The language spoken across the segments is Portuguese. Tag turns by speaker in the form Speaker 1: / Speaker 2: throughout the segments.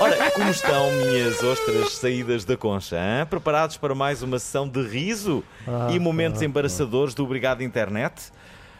Speaker 1: Ora, como estão minhas ostras saídas da concha? hã? Preparados para mais uma sessão de riso e momentos embaraçadores do Obrigado Internet?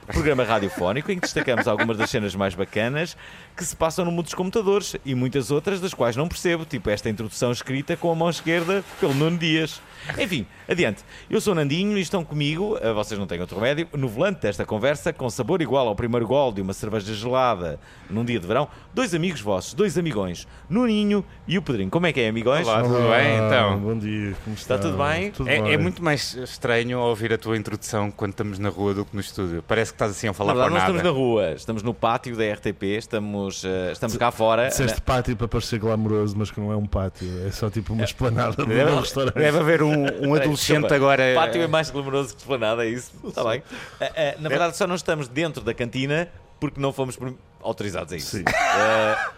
Speaker 1: Programa radiofónico em que destacamos algumas das cenas mais bacanas que se passam no mundo dos computadores e muitas outras das quais não percebo, tipo esta introdução escrita com a mão esquerda pelo Nuno Dias. Enfim, adiante. Eu sou o Nandinho e estão comigo, eh, vocês não têm outro remédio, no volante desta conversa, com sabor igual ao primeiro gol de uma cerveja gelada num dia de verão, dois amigos vossos, dois amigões, Nuninho e o Pedrinho. Como é que é, amigões?
Speaker 2: Olá, Ah, tudo
Speaker 3: Olá,
Speaker 2: bem? Então,
Speaker 3: Bom dia, como está?
Speaker 1: Está tudo bem?
Speaker 2: é, é muito mais estranho ouvir a tua introdução quando estamos na rua do que no estúdio. Parece que estás assim a
Speaker 1: Na
Speaker 2: falar
Speaker 1: verdade,
Speaker 2: para
Speaker 1: nós estamos
Speaker 2: nada.
Speaker 1: na rua, estamos no pátio da RTP, estamos, eh, estamos cá fora.
Speaker 3: Disseste pátio para parecer glamouroso, mas que não é um pátio, é só tipo uma esplanada de um
Speaker 2: Deve,
Speaker 3: restaurante.
Speaker 2: deve haver um, um
Speaker 1: Peraí,
Speaker 2: adolescente
Speaker 1: desculpa.
Speaker 2: agora. eh,
Speaker 1: Pátio é mais glamouroso que esplanada, é isso? Está bem. Ah, ah,
Speaker 2: É.
Speaker 1: na verdade, só não estamos dentro da cantina porque não fomos prim- autorizados a isso.
Speaker 3: Sim.
Speaker 1: Ah,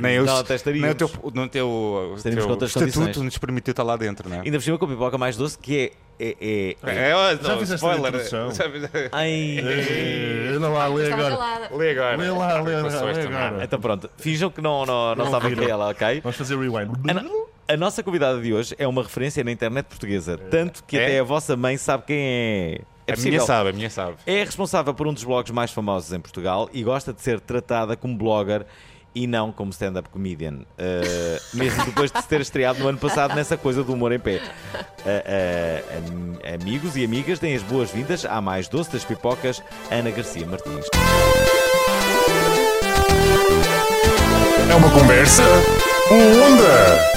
Speaker 2: Nem,
Speaker 1: Não,
Speaker 2: o,
Speaker 1: até estaríamos.
Speaker 2: nem o teu, no teu, o
Speaker 1: Estaríamos um com
Speaker 2: teu
Speaker 1: outras
Speaker 2: estatuto
Speaker 1: condições.
Speaker 2: nos permitiu estar lá dentro, não é?
Speaker 1: ainda por cima com a pipoca mais doce que é. é, é- é-
Speaker 2: É, ó,
Speaker 3: Já
Speaker 2: não,
Speaker 3: fizeste a introdução?
Speaker 2: Já fiz-
Speaker 1: Ai.
Speaker 3: Eh, É, Anda lá, lê
Speaker 4: Estava
Speaker 3: agora.
Speaker 4: calada.
Speaker 2: Lê agora.
Speaker 3: Lê lá, lê,
Speaker 2: Passou
Speaker 3: lê
Speaker 2: esta, não é?
Speaker 3: agora.
Speaker 1: Então pronto, finjam que não, não, não,
Speaker 3: Não
Speaker 1: sabem que é
Speaker 3: viram.
Speaker 1: ela, ok?
Speaker 3: Vamos fazer rewind.
Speaker 1: A, no- a nossa convidada de hoje é uma referência na internet portuguesa, tanto que
Speaker 2: É?
Speaker 1: até a vossa mãe sabe quem é. É
Speaker 2: A minha
Speaker 1: possível.
Speaker 2: sabe, a minha sabe.
Speaker 1: É responsável por um dos blogs mais famosos em Portugal e gosta de ser tratada como blogger e não como stand-up comedian. Eh, mesmo depois de se ter estreado no ano passado nessa coisa do humor em pé. Eh, eh, am- amigos e amigas, deem as boas-vindas à mais doce das pipocas, Ana Garcia Martins.
Speaker 5: É uma conversa boa onda.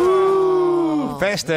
Speaker 4: Oh.
Speaker 2: Festa!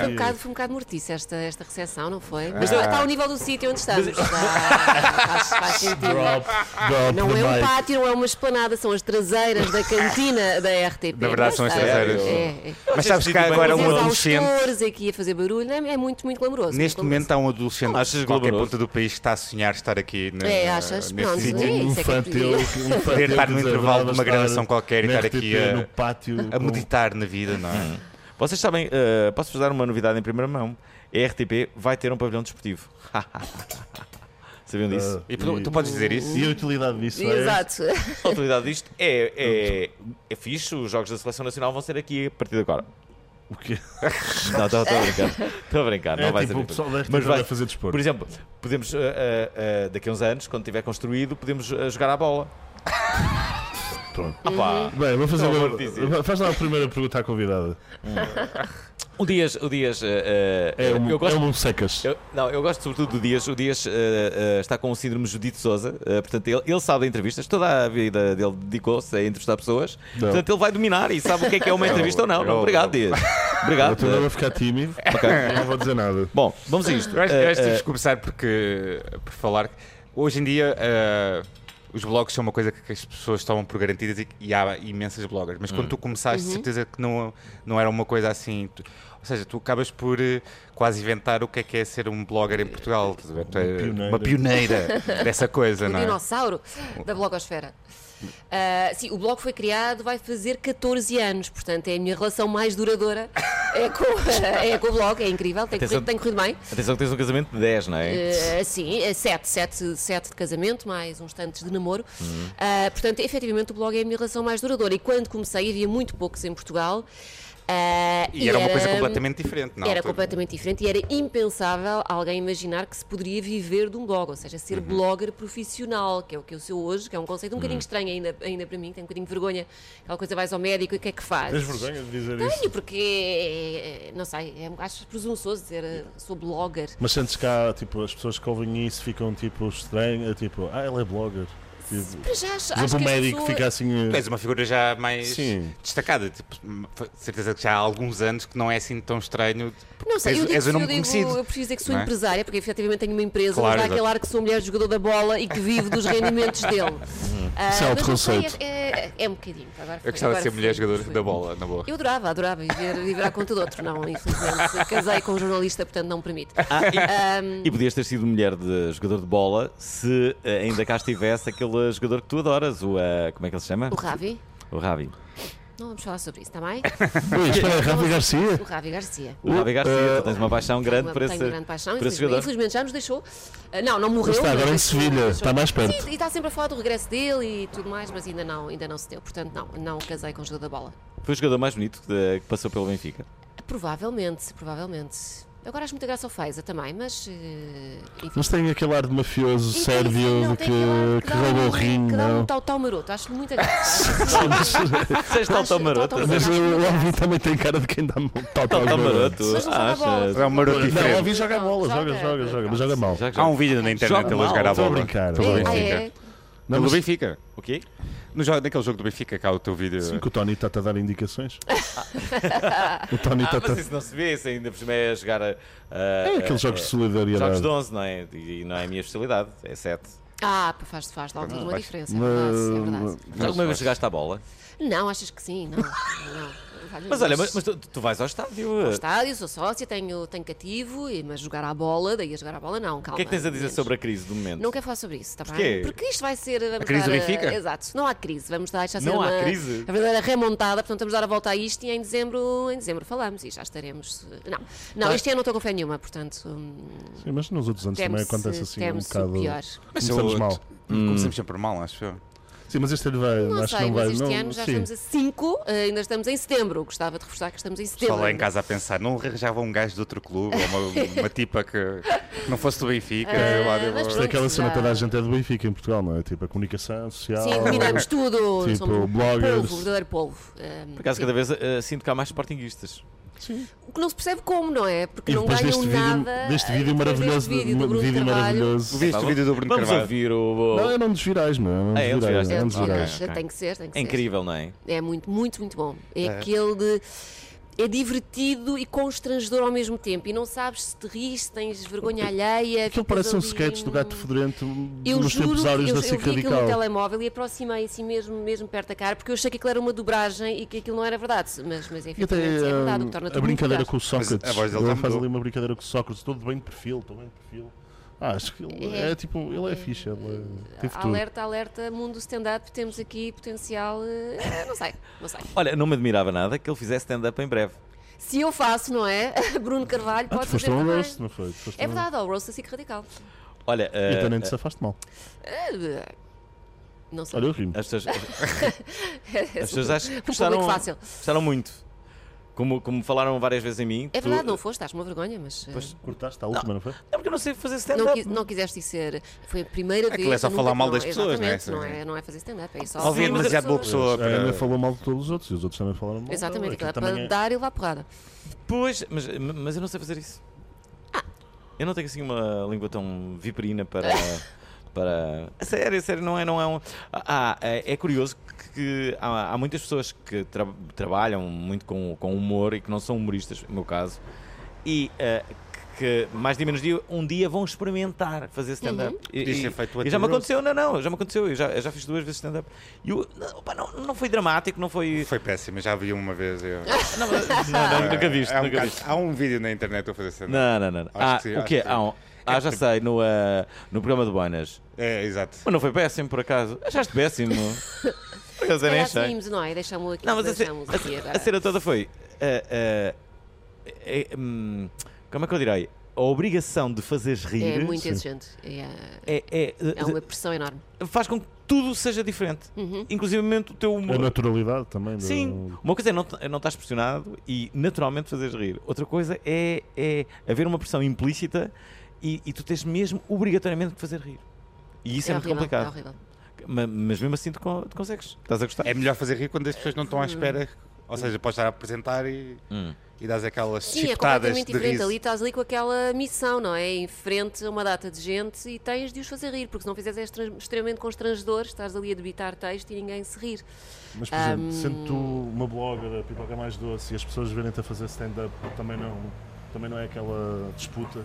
Speaker 4: Foi um bocado, foi um bocado mortiça esta, esta recepção, não foi? Mas
Speaker 2: Ah.
Speaker 4: está ao nível do sítio onde estamos. Está, faz, faz sentido.
Speaker 3: Drop, drop
Speaker 4: Não
Speaker 3: the
Speaker 4: é um
Speaker 3: mic.
Speaker 4: pátio, não é uma esplanada, são as traseiras da cantina da RTP.
Speaker 2: Na verdade, são as
Speaker 4: Mas está-
Speaker 2: traseiras.
Speaker 4: É, é.
Speaker 2: Mas sabes que há agora
Speaker 1: Era
Speaker 4: Era
Speaker 2: um
Speaker 1: Mas
Speaker 4: aos
Speaker 2: adolescente.
Speaker 4: atores aqui a fazer barulho, não é, é muito, muito glamouroso.
Speaker 2: Neste
Speaker 4: muito
Speaker 2: momento há um adolescente
Speaker 1: Achas
Speaker 2: de qualquer
Speaker 1: glamouroso?
Speaker 2: ponta do país que está a sonhar estar aqui na,
Speaker 4: É, achas?
Speaker 2: neste
Speaker 4: Pronto.
Speaker 2: sítio.
Speaker 4: É,
Speaker 3: Um
Speaker 4: isso é que eu te
Speaker 3: infantil,
Speaker 4: digo.
Speaker 3: um infantil
Speaker 2: Poder estar no
Speaker 3: que
Speaker 2: intervalo de
Speaker 3: adorava
Speaker 2: uma
Speaker 3: estar
Speaker 2: gravação qualquer e
Speaker 3: na
Speaker 2: estar aqui
Speaker 3: RTP,
Speaker 2: a-
Speaker 3: no pátio
Speaker 2: a
Speaker 1: Uhum.
Speaker 3: com-
Speaker 2: meditar na vida, não é?
Speaker 1: Vocês sabem, eh, posso-vos dar uma novidade em primeira mão. A RTP vai ter um pavilhão desportivo. Sabiam
Speaker 3: Ah.
Speaker 1: disso?
Speaker 2: E tu, tu podes dizer isso?
Speaker 3: E a utilidade disso é-
Speaker 4: Exato.
Speaker 1: A utilidade disto é, é, é fixe, os jogos da Seleção Nacional vão ser aqui a partir de agora.
Speaker 3: O quê?
Speaker 1: Não, estou a brincar. Estou a brincar, não
Speaker 3: É
Speaker 1: vai
Speaker 3: tipo
Speaker 1: ser.
Speaker 3: o pessoal da RTP
Speaker 1: Mas vai-
Speaker 3: vai fazer desporto.
Speaker 1: Por exemplo, podemos, ah, ah, ah, daqui a uns anos, quando tiver construído, podemos ah, jogar à bola.
Speaker 3: Pronto.
Speaker 1: Ah, pá.
Speaker 3: Bem, vou fazer
Speaker 1: Pelo
Speaker 3: uma-
Speaker 1: amor de Deus.
Speaker 3: Vai- Faz lá a primeira pergunta à convidada.
Speaker 1: O Dias, o Dias. ah, ah,
Speaker 3: É
Speaker 1: eu
Speaker 3: um,
Speaker 1: gosto.
Speaker 3: é um secas.
Speaker 1: eu- não, eu gosto sobretudo do Dias. O Dias ah, ah, está com o síndrome Judite Souza, eh, portanto, ele, ele sabe de entrevistas, toda a vida dele dedicou-se a entrevistar pessoas,
Speaker 3: Não.
Speaker 1: portanto, ele vai dominar e sabe o que é que é uma entrevista ou não.
Speaker 2: eu-
Speaker 1: Obrigado, Dias.
Speaker 3: é Eu
Speaker 1: Obrigado.
Speaker 3: também
Speaker 1: Ah,
Speaker 3: vou ficar tímido.
Speaker 1: ok.
Speaker 3: Não vou dizer nada.
Speaker 1: Bom, vamos a isto.
Speaker 2: Eu acho, eu
Speaker 3: Eh,
Speaker 2: acho que
Speaker 1: Ah,
Speaker 2: temos que começar porque, por falar. que Hoje em dia, ah, os blogs são uma coisa que as pessoas tomam por garantidas e, e há imensas bloggers. Mas
Speaker 3: Hum.
Speaker 2: quando tu começaste,
Speaker 4: Uhum.
Speaker 2: de certeza que não, não era uma coisa assim. tu- ou seja, tu acabas por eh, quase inventar o que é que é ser um blogger em Portugal. estás a ver? Tu é
Speaker 3: pioneira.
Speaker 2: Uma pioneira dessa coisa,
Speaker 4: O
Speaker 2: não é?
Speaker 4: dinossauro da blogosfera. Ah, sim, o blog foi criado, vai fazer 14 anos, portanto é a minha relação mais duradoura é com, é com o blog, é incrível, tem,
Speaker 1: Atenção-
Speaker 4: corrido, tem corrido bem.
Speaker 1: Atenção que tens um casamento de 10, não é?
Speaker 4: Ah, sim, é 7, 7, 7 de casamento, mais uns tantos de namoro.
Speaker 2: Uhum.
Speaker 4: Ah, portanto, efetivamente o blog é a minha relação mais duradoura e quando comecei havia muito poucos em Portugal. Ah,
Speaker 2: E era uma coisa completamente diferente, não?
Speaker 4: Era completamente diferente e era impensável alguém imaginar que se poderia viver de um blog, ou seja, ser
Speaker 2: Uhum.
Speaker 4: blogger profissional, que é o que eu sou hoje, que é um conceito um bocadinho estranho ainda, ainda para mim, tenho um bocadinho de vergonha. Aquela coisa, vais ao médico e o que é que fazes?
Speaker 3: Tens vergonha de dizer isso?
Speaker 4: Tenho, porque, é, é, não sei, é, acho presunçoso dizer eh, sou blogger.
Speaker 3: Mas sentes cá, tipo, as pessoas que ouvem isso ficam tipo estranhas, tipo, ah, ele é blogger. Tipo,
Speaker 4: Para já acho,
Speaker 3: por
Speaker 4: acho
Speaker 2: um
Speaker 3: exemplo, o
Speaker 4: que as
Speaker 3: médico
Speaker 4: pessoas-
Speaker 3: fica assim.
Speaker 2: Tu és uma figura já mais
Speaker 3: Sim.
Speaker 2: destacada. Tipo, de certeza que já há alguns anos que não é assim tão estranho. porque
Speaker 4: Não sei,
Speaker 2: és,
Speaker 4: eu, digo,
Speaker 2: és um
Speaker 4: eu,
Speaker 2: nome
Speaker 4: digo-
Speaker 2: conhecido.
Speaker 4: eu preciso dizer que sou
Speaker 2: não é?
Speaker 4: empresária, porque efetivamente tenho uma empresa,
Speaker 2: Claro,
Speaker 4: mas dá
Speaker 2: exato.
Speaker 4: aquele ar que sou mulher jogador da bola e que vive dos rendimentos dele. Ah,
Speaker 3: Isso é
Speaker 4: mas não sei,
Speaker 3: autoconceito.
Speaker 4: É, é, é um bocadinho. Agora foi,
Speaker 2: Uhum. Eu gostava de
Speaker 4: agora
Speaker 2: ser
Speaker 4: foi,
Speaker 2: mulher jogadora
Speaker 4: foi.
Speaker 2: da bola, na boa.
Speaker 4: Eu adorava, adorava viver, viver à conta do outro. Não, infelizmente. Casei com um jornalista, portanto não permite.
Speaker 3: Ah,
Speaker 1: E podias ter sido mulher de jogador de bola se eh, ainda cá estivesse aquele jogador que tu adoras, o. eh, como é que ele se chama?
Speaker 4: Ah, O Ravi,
Speaker 1: O Ravi.
Speaker 4: não vamos falar sobre isso, está bem?
Speaker 3: Ui, espera, é Rafa Garcia?
Speaker 4: O Ravi Garcia.
Speaker 1: O Ravi Garcia.
Speaker 3: eh,
Speaker 1: Tu tens uma paixão Um grande
Speaker 4: Tenho-
Speaker 1: por esse,
Speaker 4: tenho grande paixão,
Speaker 1: por esse
Speaker 4: infelizmente,
Speaker 1: jogador.
Speaker 4: infelizmente já nos deixou. Ah, Não, não morreu.
Speaker 3: Está
Speaker 4: mas
Speaker 3: agora em
Speaker 4: deixou-
Speaker 3: Sevilha,
Speaker 4: deixou-
Speaker 3: está mais perto.
Speaker 4: Sim, e está sempre a falar do regresso dele e tudo mais, mas ainda não, ainda não se deu. Portanto, não, não casei com o jogador da bola.
Speaker 1: Foi o jogador mais bonito eh, que passou pelo Benfica.
Speaker 4: Provavelmente, provavelmente. Agora acho muita graça ao Faiza também, mas. eh, enfim.
Speaker 3: Mas tem aquele ar de mafioso
Speaker 4: E tem-
Speaker 3: sérvio
Speaker 4: não,
Speaker 3: de
Speaker 4: tem aquele ar
Speaker 3: que, que
Speaker 4: dá um-
Speaker 3: roubou o rim,
Speaker 4: que dá um
Speaker 3: não?
Speaker 4: tal, tal maroto. Acho muita graça.
Speaker 1: Disseste tal
Speaker 4: Ah, Acho-
Speaker 1: tão maroto.
Speaker 4: tal- tal-
Speaker 3: Mas
Speaker 4: Acho
Speaker 3: o
Speaker 4: muito
Speaker 3: Alvi também tem cara de quem dá um tal
Speaker 2: Tá
Speaker 1: Tal
Speaker 3: tal
Speaker 1: tão
Speaker 3: maroto.
Speaker 1: maroto.
Speaker 4: Mas não joga a bola.
Speaker 1: Achas?
Speaker 2: É um maroto
Speaker 3: Não, o
Speaker 2: diferente.
Speaker 3: Alvi joga a bola, joga,
Speaker 4: Joga,
Speaker 3: joga, joga, mas joga mal.
Speaker 1: Já que
Speaker 2: Há
Speaker 1: já-
Speaker 2: um vídeo na internet
Speaker 1: Joga
Speaker 2: dele
Speaker 1: mal,
Speaker 2: a jogar a
Speaker 3: estou a
Speaker 2: bola.
Speaker 3: brincar.
Speaker 2: Pelo
Speaker 4: Ah,
Speaker 2: Benfica.
Speaker 4: é?
Speaker 3: Não,
Speaker 2: Pelo
Speaker 3: mas-
Speaker 2: Benfica.
Speaker 1: O quê?
Speaker 2: No jogo, naquele jogo do Benfica, cá o teu vídeo.
Speaker 3: Sim, que o Tony está-te a dar indicações. o Tony
Speaker 1: Ah, mas
Speaker 3: está-te
Speaker 1: isso não se vê, isso ainda por cima é jogar a. a-
Speaker 3: a... É aqueles jogos de
Speaker 1: Jogos
Speaker 3: solidariedade.
Speaker 1: de 11, não é? E não é a minha especialidade, é 7.
Speaker 4: Ah, pá, faz, faz logo toda uma
Speaker 2: Mas-
Speaker 4: diferença. É verdade, é verdade.
Speaker 1: Alguma vez Então, jogaste à bola?
Speaker 4: Não, achas que sim? Não. não. Valha
Speaker 1: Mas olha, mas,
Speaker 4: Deus.
Speaker 1: mas tu, tu vais ao estádio. eh,
Speaker 4: estádio, sou sócia, tenho, tenho cativo, e- mas jogar à bola, daí a jogar à bola não, calma.
Speaker 1: O que é que tens a dizer
Speaker 4: meninos.
Speaker 1: sobre a crise do momento?
Speaker 4: Não quero falar sobre isso, está
Speaker 1: Porquê?
Speaker 4: bem? Porque isto vai ser. vamos
Speaker 2: crise
Speaker 4: dar
Speaker 2: do Benfica?
Speaker 4: Exato, não há crise, vamos dar, já ser
Speaker 1: Não há
Speaker 4: uma-
Speaker 1: crise?
Speaker 4: A verdadeira remontada, portanto vamos dar a volta a isto e em dezembro, em dezembro falamos e já estaremos. Não, não
Speaker 1: Tá.
Speaker 4: este ano não estou com fé nenhuma, portanto. hum,
Speaker 3: Sim, mas nos outros anos também
Speaker 4: Teme-se-
Speaker 3: acontece assim um
Speaker 4: teme-se o
Speaker 3: bocado.
Speaker 4: pior.
Speaker 2: Mas
Speaker 3: Começamos
Speaker 2: eu-
Speaker 3: mal.
Speaker 2: Começamos sempre mal, acho eu.
Speaker 3: Sim, mas este ano vai.
Speaker 4: Não
Speaker 3: acho que
Speaker 4: sei,
Speaker 3: não vai.
Speaker 4: mas este
Speaker 3: não,
Speaker 4: ano já
Speaker 3: sim.
Speaker 4: estamos a 5, ainda estamos em setembro. Gostava de reforçar que estamos em setembro.
Speaker 2: Estou lá em
Speaker 4: ainda.
Speaker 2: casa a pensar, não arranjava um gajo de outro clube ou uma, uma tipa que que não fosse do Benfica. sei lá,
Speaker 4: mas
Speaker 2: eu-
Speaker 3: Isto é aquela cena,
Speaker 4: assim Já.
Speaker 3: toda a gente é do Benfica em Portugal, não é? Tipo a comunicação social.
Speaker 4: Sim, dominamos tudo.
Speaker 3: Tipo,
Speaker 4: Somos um
Speaker 3: bloggers.
Speaker 4: polvo, verdadeiro polvo. Hum,
Speaker 1: Por acaso,
Speaker 4: sim.
Speaker 1: cada vez eh, sinto que há mais sportinguistas.
Speaker 4: O que não se percebe como, não é? Porque
Speaker 3: E
Speaker 4: não
Speaker 3: depois
Speaker 4: ganham
Speaker 3: deste vídeo,
Speaker 4: nada.
Speaker 3: deste
Speaker 4: eh,
Speaker 3: vídeo
Speaker 4: depois deste
Speaker 3: maravilhoso,
Speaker 4: vídeo do
Speaker 3: ma-
Speaker 4: Bruno
Speaker 3: vídeo
Speaker 4: Carvalho.
Speaker 3: maravilhoso.
Speaker 2: Viste o vídeo do Bruno
Speaker 1: Vamos
Speaker 2: Carvalho?
Speaker 1: ouvir o.
Speaker 3: Não, eram dos virais, não é? Eram
Speaker 1: Ah, é,
Speaker 3: dos
Speaker 1: dos
Speaker 3: virais.
Speaker 1: virais.
Speaker 4: É,
Speaker 3: eram dos
Speaker 1: Ok,
Speaker 3: virais.
Speaker 1: ok.
Speaker 4: Tem que ser, tem que
Speaker 1: É
Speaker 4: ser.
Speaker 1: incrível, não é?
Speaker 4: É muito, muito, muito bom. É, aquele de. É divertido e constrangedor ao mesmo tempo. E não sabes se te rires, se tens vergonha alheia.
Speaker 3: Aquilo
Speaker 4: ficas
Speaker 3: parece um
Speaker 4: ali
Speaker 3: sketch do gato
Speaker 4: num-
Speaker 3: fedorento
Speaker 4: Eu
Speaker 3: nos
Speaker 4: juro
Speaker 3: tempos
Speaker 4: que eu,
Speaker 3: áureos
Speaker 4: eu
Speaker 3: da
Speaker 4: vi
Speaker 3: SIC
Speaker 4: aquilo no
Speaker 3: Radical.
Speaker 4: telemóvel e aproximei assim mesmo, mesmo perto da cara, porque eu achei que aquilo era uma dobragem e que aquilo não era verdade. Mas, mas
Speaker 3: E
Speaker 4: efetivamente
Speaker 3: até
Speaker 4: é verdade, o que
Speaker 3: hum,
Speaker 4: torna tudo
Speaker 3: a
Speaker 4: muito
Speaker 3: brincadeira
Speaker 4: graça.
Speaker 3: com o Sócrates.
Speaker 2: a voz dele
Speaker 3: Ele
Speaker 2: já
Speaker 3: faz
Speaker 2: mudou.
Speaker 3: ali uma brincadeira com o Sócrates, todo bem de perfil, todo bem de perfil. Ah, acho que ele é,
Speaker 4: É.
Speaker 3: tipo, ele é fixe, ele é, teve tudo.
Speaker 4: Alerta, alerta, mundo stand-up, temos aqui potencial. eh, não sei, não sei.
Speaker 1: Olha, não me admirava nada que ele fizesse stand-up em breve.
Speaker 4: Se eu faço, não é? Bruno Carvalho
Speaker 3: Ah, tu
Speaker 4: pode
Speaker 3: foste
Speaker 4: fazer
Speaker 3: a um
Speaker 4: também.
Speaker 3: roast, não foi? Tu foste a
Speaker 4: É
Speaker 3: um-
Speaker 4: verdade, ao roast assim que radical.
Speaker 1: Olha,
Speaker 3: E
Speaker 2: É,
Speaker 1: eh,
Speaker 3: até nem te safaste mal.
Speaker 4: Eh, Não sei. É
Speaker 3: Olha, eu
Speaker 2: É.
Speaker 3: rimo.
Speaker 1: as pessoas, as pessoas acho que
Speaker 4: público
Speaker 1: gostaram,
Speaker 4: fácil.
Speaker 1: gostaram muito. Como, como falaram várias vezes em mim.
Speaker 4: É
Speaker 1: tu-
Speaker 4: verdade, não foste, estás uma vergonha, mas. eh,
Speaker 3: Cortaste a última, não foi?
Speaker 1: É porque eu não sei fazer
Speaker 4: Não,
Speaker 1: stand-up.
Speaker 4: quis- não quiseste ser. Foi a primeira vez.
Speaker 2: Aquilo é só
Speaker 4: eu nunca-
Speaker 2: falar mal
Speaker 4: não,
Speaker 2: das pessoas, não é?
Speaker 4: exatamente, não é? Não é fazer stand-up, é só.
Speaker 2: Ouvir
Speaker 1: Sim, mas-
Speaker 2: demasiado boa pessoa. é-
Speaker 3: A Ana
Speaker 2: para-
Speaker 3: falou mal de todos os outros e os outros também falaram mal.
Speaker 4: Exatamente,
Speaker 3: dela.
Speaker 4: aquilo é
Speaker 3: Aquilo
Speaker 4: para
Speaker 3: também é-
Speaker 4: dar e levar a porrada.
Speaker 1: Pois, mas, mas eu não sei fazer isso. Eu não tenho assim uma língua tão viperina para. para... A sério, a sério, não é? Não é, um... ah, é, é curioso que, que há, há muitas pessoas que tra- trabalham muito com, com humor e que não são humoristas, no meu caso, e. ah, que mais nem menos dia, um dia vão experimentar fazer stand-up. E,
Speaker 2: Podia ser
Speaker 1: e-
Speaker 2: feito o
Speaker 1: e já me
Speaker 2: Andy
Speaker 1: aconteceu, não, não, já me aconteceu, eu já, eu já fiz duas vezes stand-up. E eu- não, opa, não, não foi dramático, não foi.
Speaker 2: Foi péssimo, já vi uma vez. Eu...
Speaker 1: Não, não, não, nunca viste,
Speaker 2: há, um
Speaker 1: nunca
Speaker 2: bocado-
Speaker 1: viste.
Speaker 2: há um vídeo na internet eu a fazer stand-up.
Speaker 1: Não, não, não. não.
Speaker 2: Acho
Speaker 1: ah,
Speaker 2: que sim,
Speaker 1: o
Speaker 2: acho
Speaker 1: quê?
Speaker 2: que sim.
Speaker 1: Ah, um- ah, já sei, no, ah, no programa do Buenas.
Speaker 2: É, exato.
Speaker 1: Mas não foi péssimo, por acaso. Achaste péssimo? por acaso eu nem
Speaker 4: Era
Speaker 1: achei.
Speaker 4: assim, não é? Deixamos aqui.
Speaker 1: Não, mas a, ce-
Speaker 4: deixamos
Speaker 1: a
Speaker 4: aqui
Speaker 1: ce-
Speaker 4: agora.
Speaker 1: a cena toda foi. ah, ah, eh, hum, como é que eu direi? A obrigação de fazeres rir
Speaker 4: É muito
Speaker 1: sim.
Speaker 4: exigente. É,
Speaker 1: é- Uhum. é,
Speaker 4: é uma pressão enorme.
Speaker 1: faz com que tudo seja diferente. Inclusive o teu
Speaker 3: A
Speaker 1: humor.
Speaker 3: naturalidade também. do-
Speaker 1: Sim, uma coisa é não, não estás pressionado e naturalmente fazeres rir. Outra coisa é, é haver uma pressão implícita e, e tu tens mesmo obrigatoriamente que fazer rir. E isso é, muito
Speaker 4: horrível, É
Speaker 1: complicado.
Speaker 4: horrível.
Speaker 1: Ma- mas mesmo assim tu, con- tu consegues. Estás a gostar?
Speaker 2: É melhor fazer rir quando as pessoas não estão à espera. Ou seja, podes estar a apresentar e, e dás aquelas
Speaker 4: Sim, é
Speaker 2: chicotadas
Speaker 4: completamente
Speaker 2: de
Speaker 4: diferente.
Speaker 2: riso.
Speaker 4: Ali estás ali com aquela missão, não é? Em frente a uma data de gente e tens de os fazer rir, porque se não fizeres é estra- extremamente constrangedor, estás ali a debitar texto e ninguém se rir.
Speaker 3: Mas, por exemplo, sendo tu uma blogger, a pipoca é mais doce, e as pessoas verem-te a fazer stand-up, também não, também não é aquela disputa?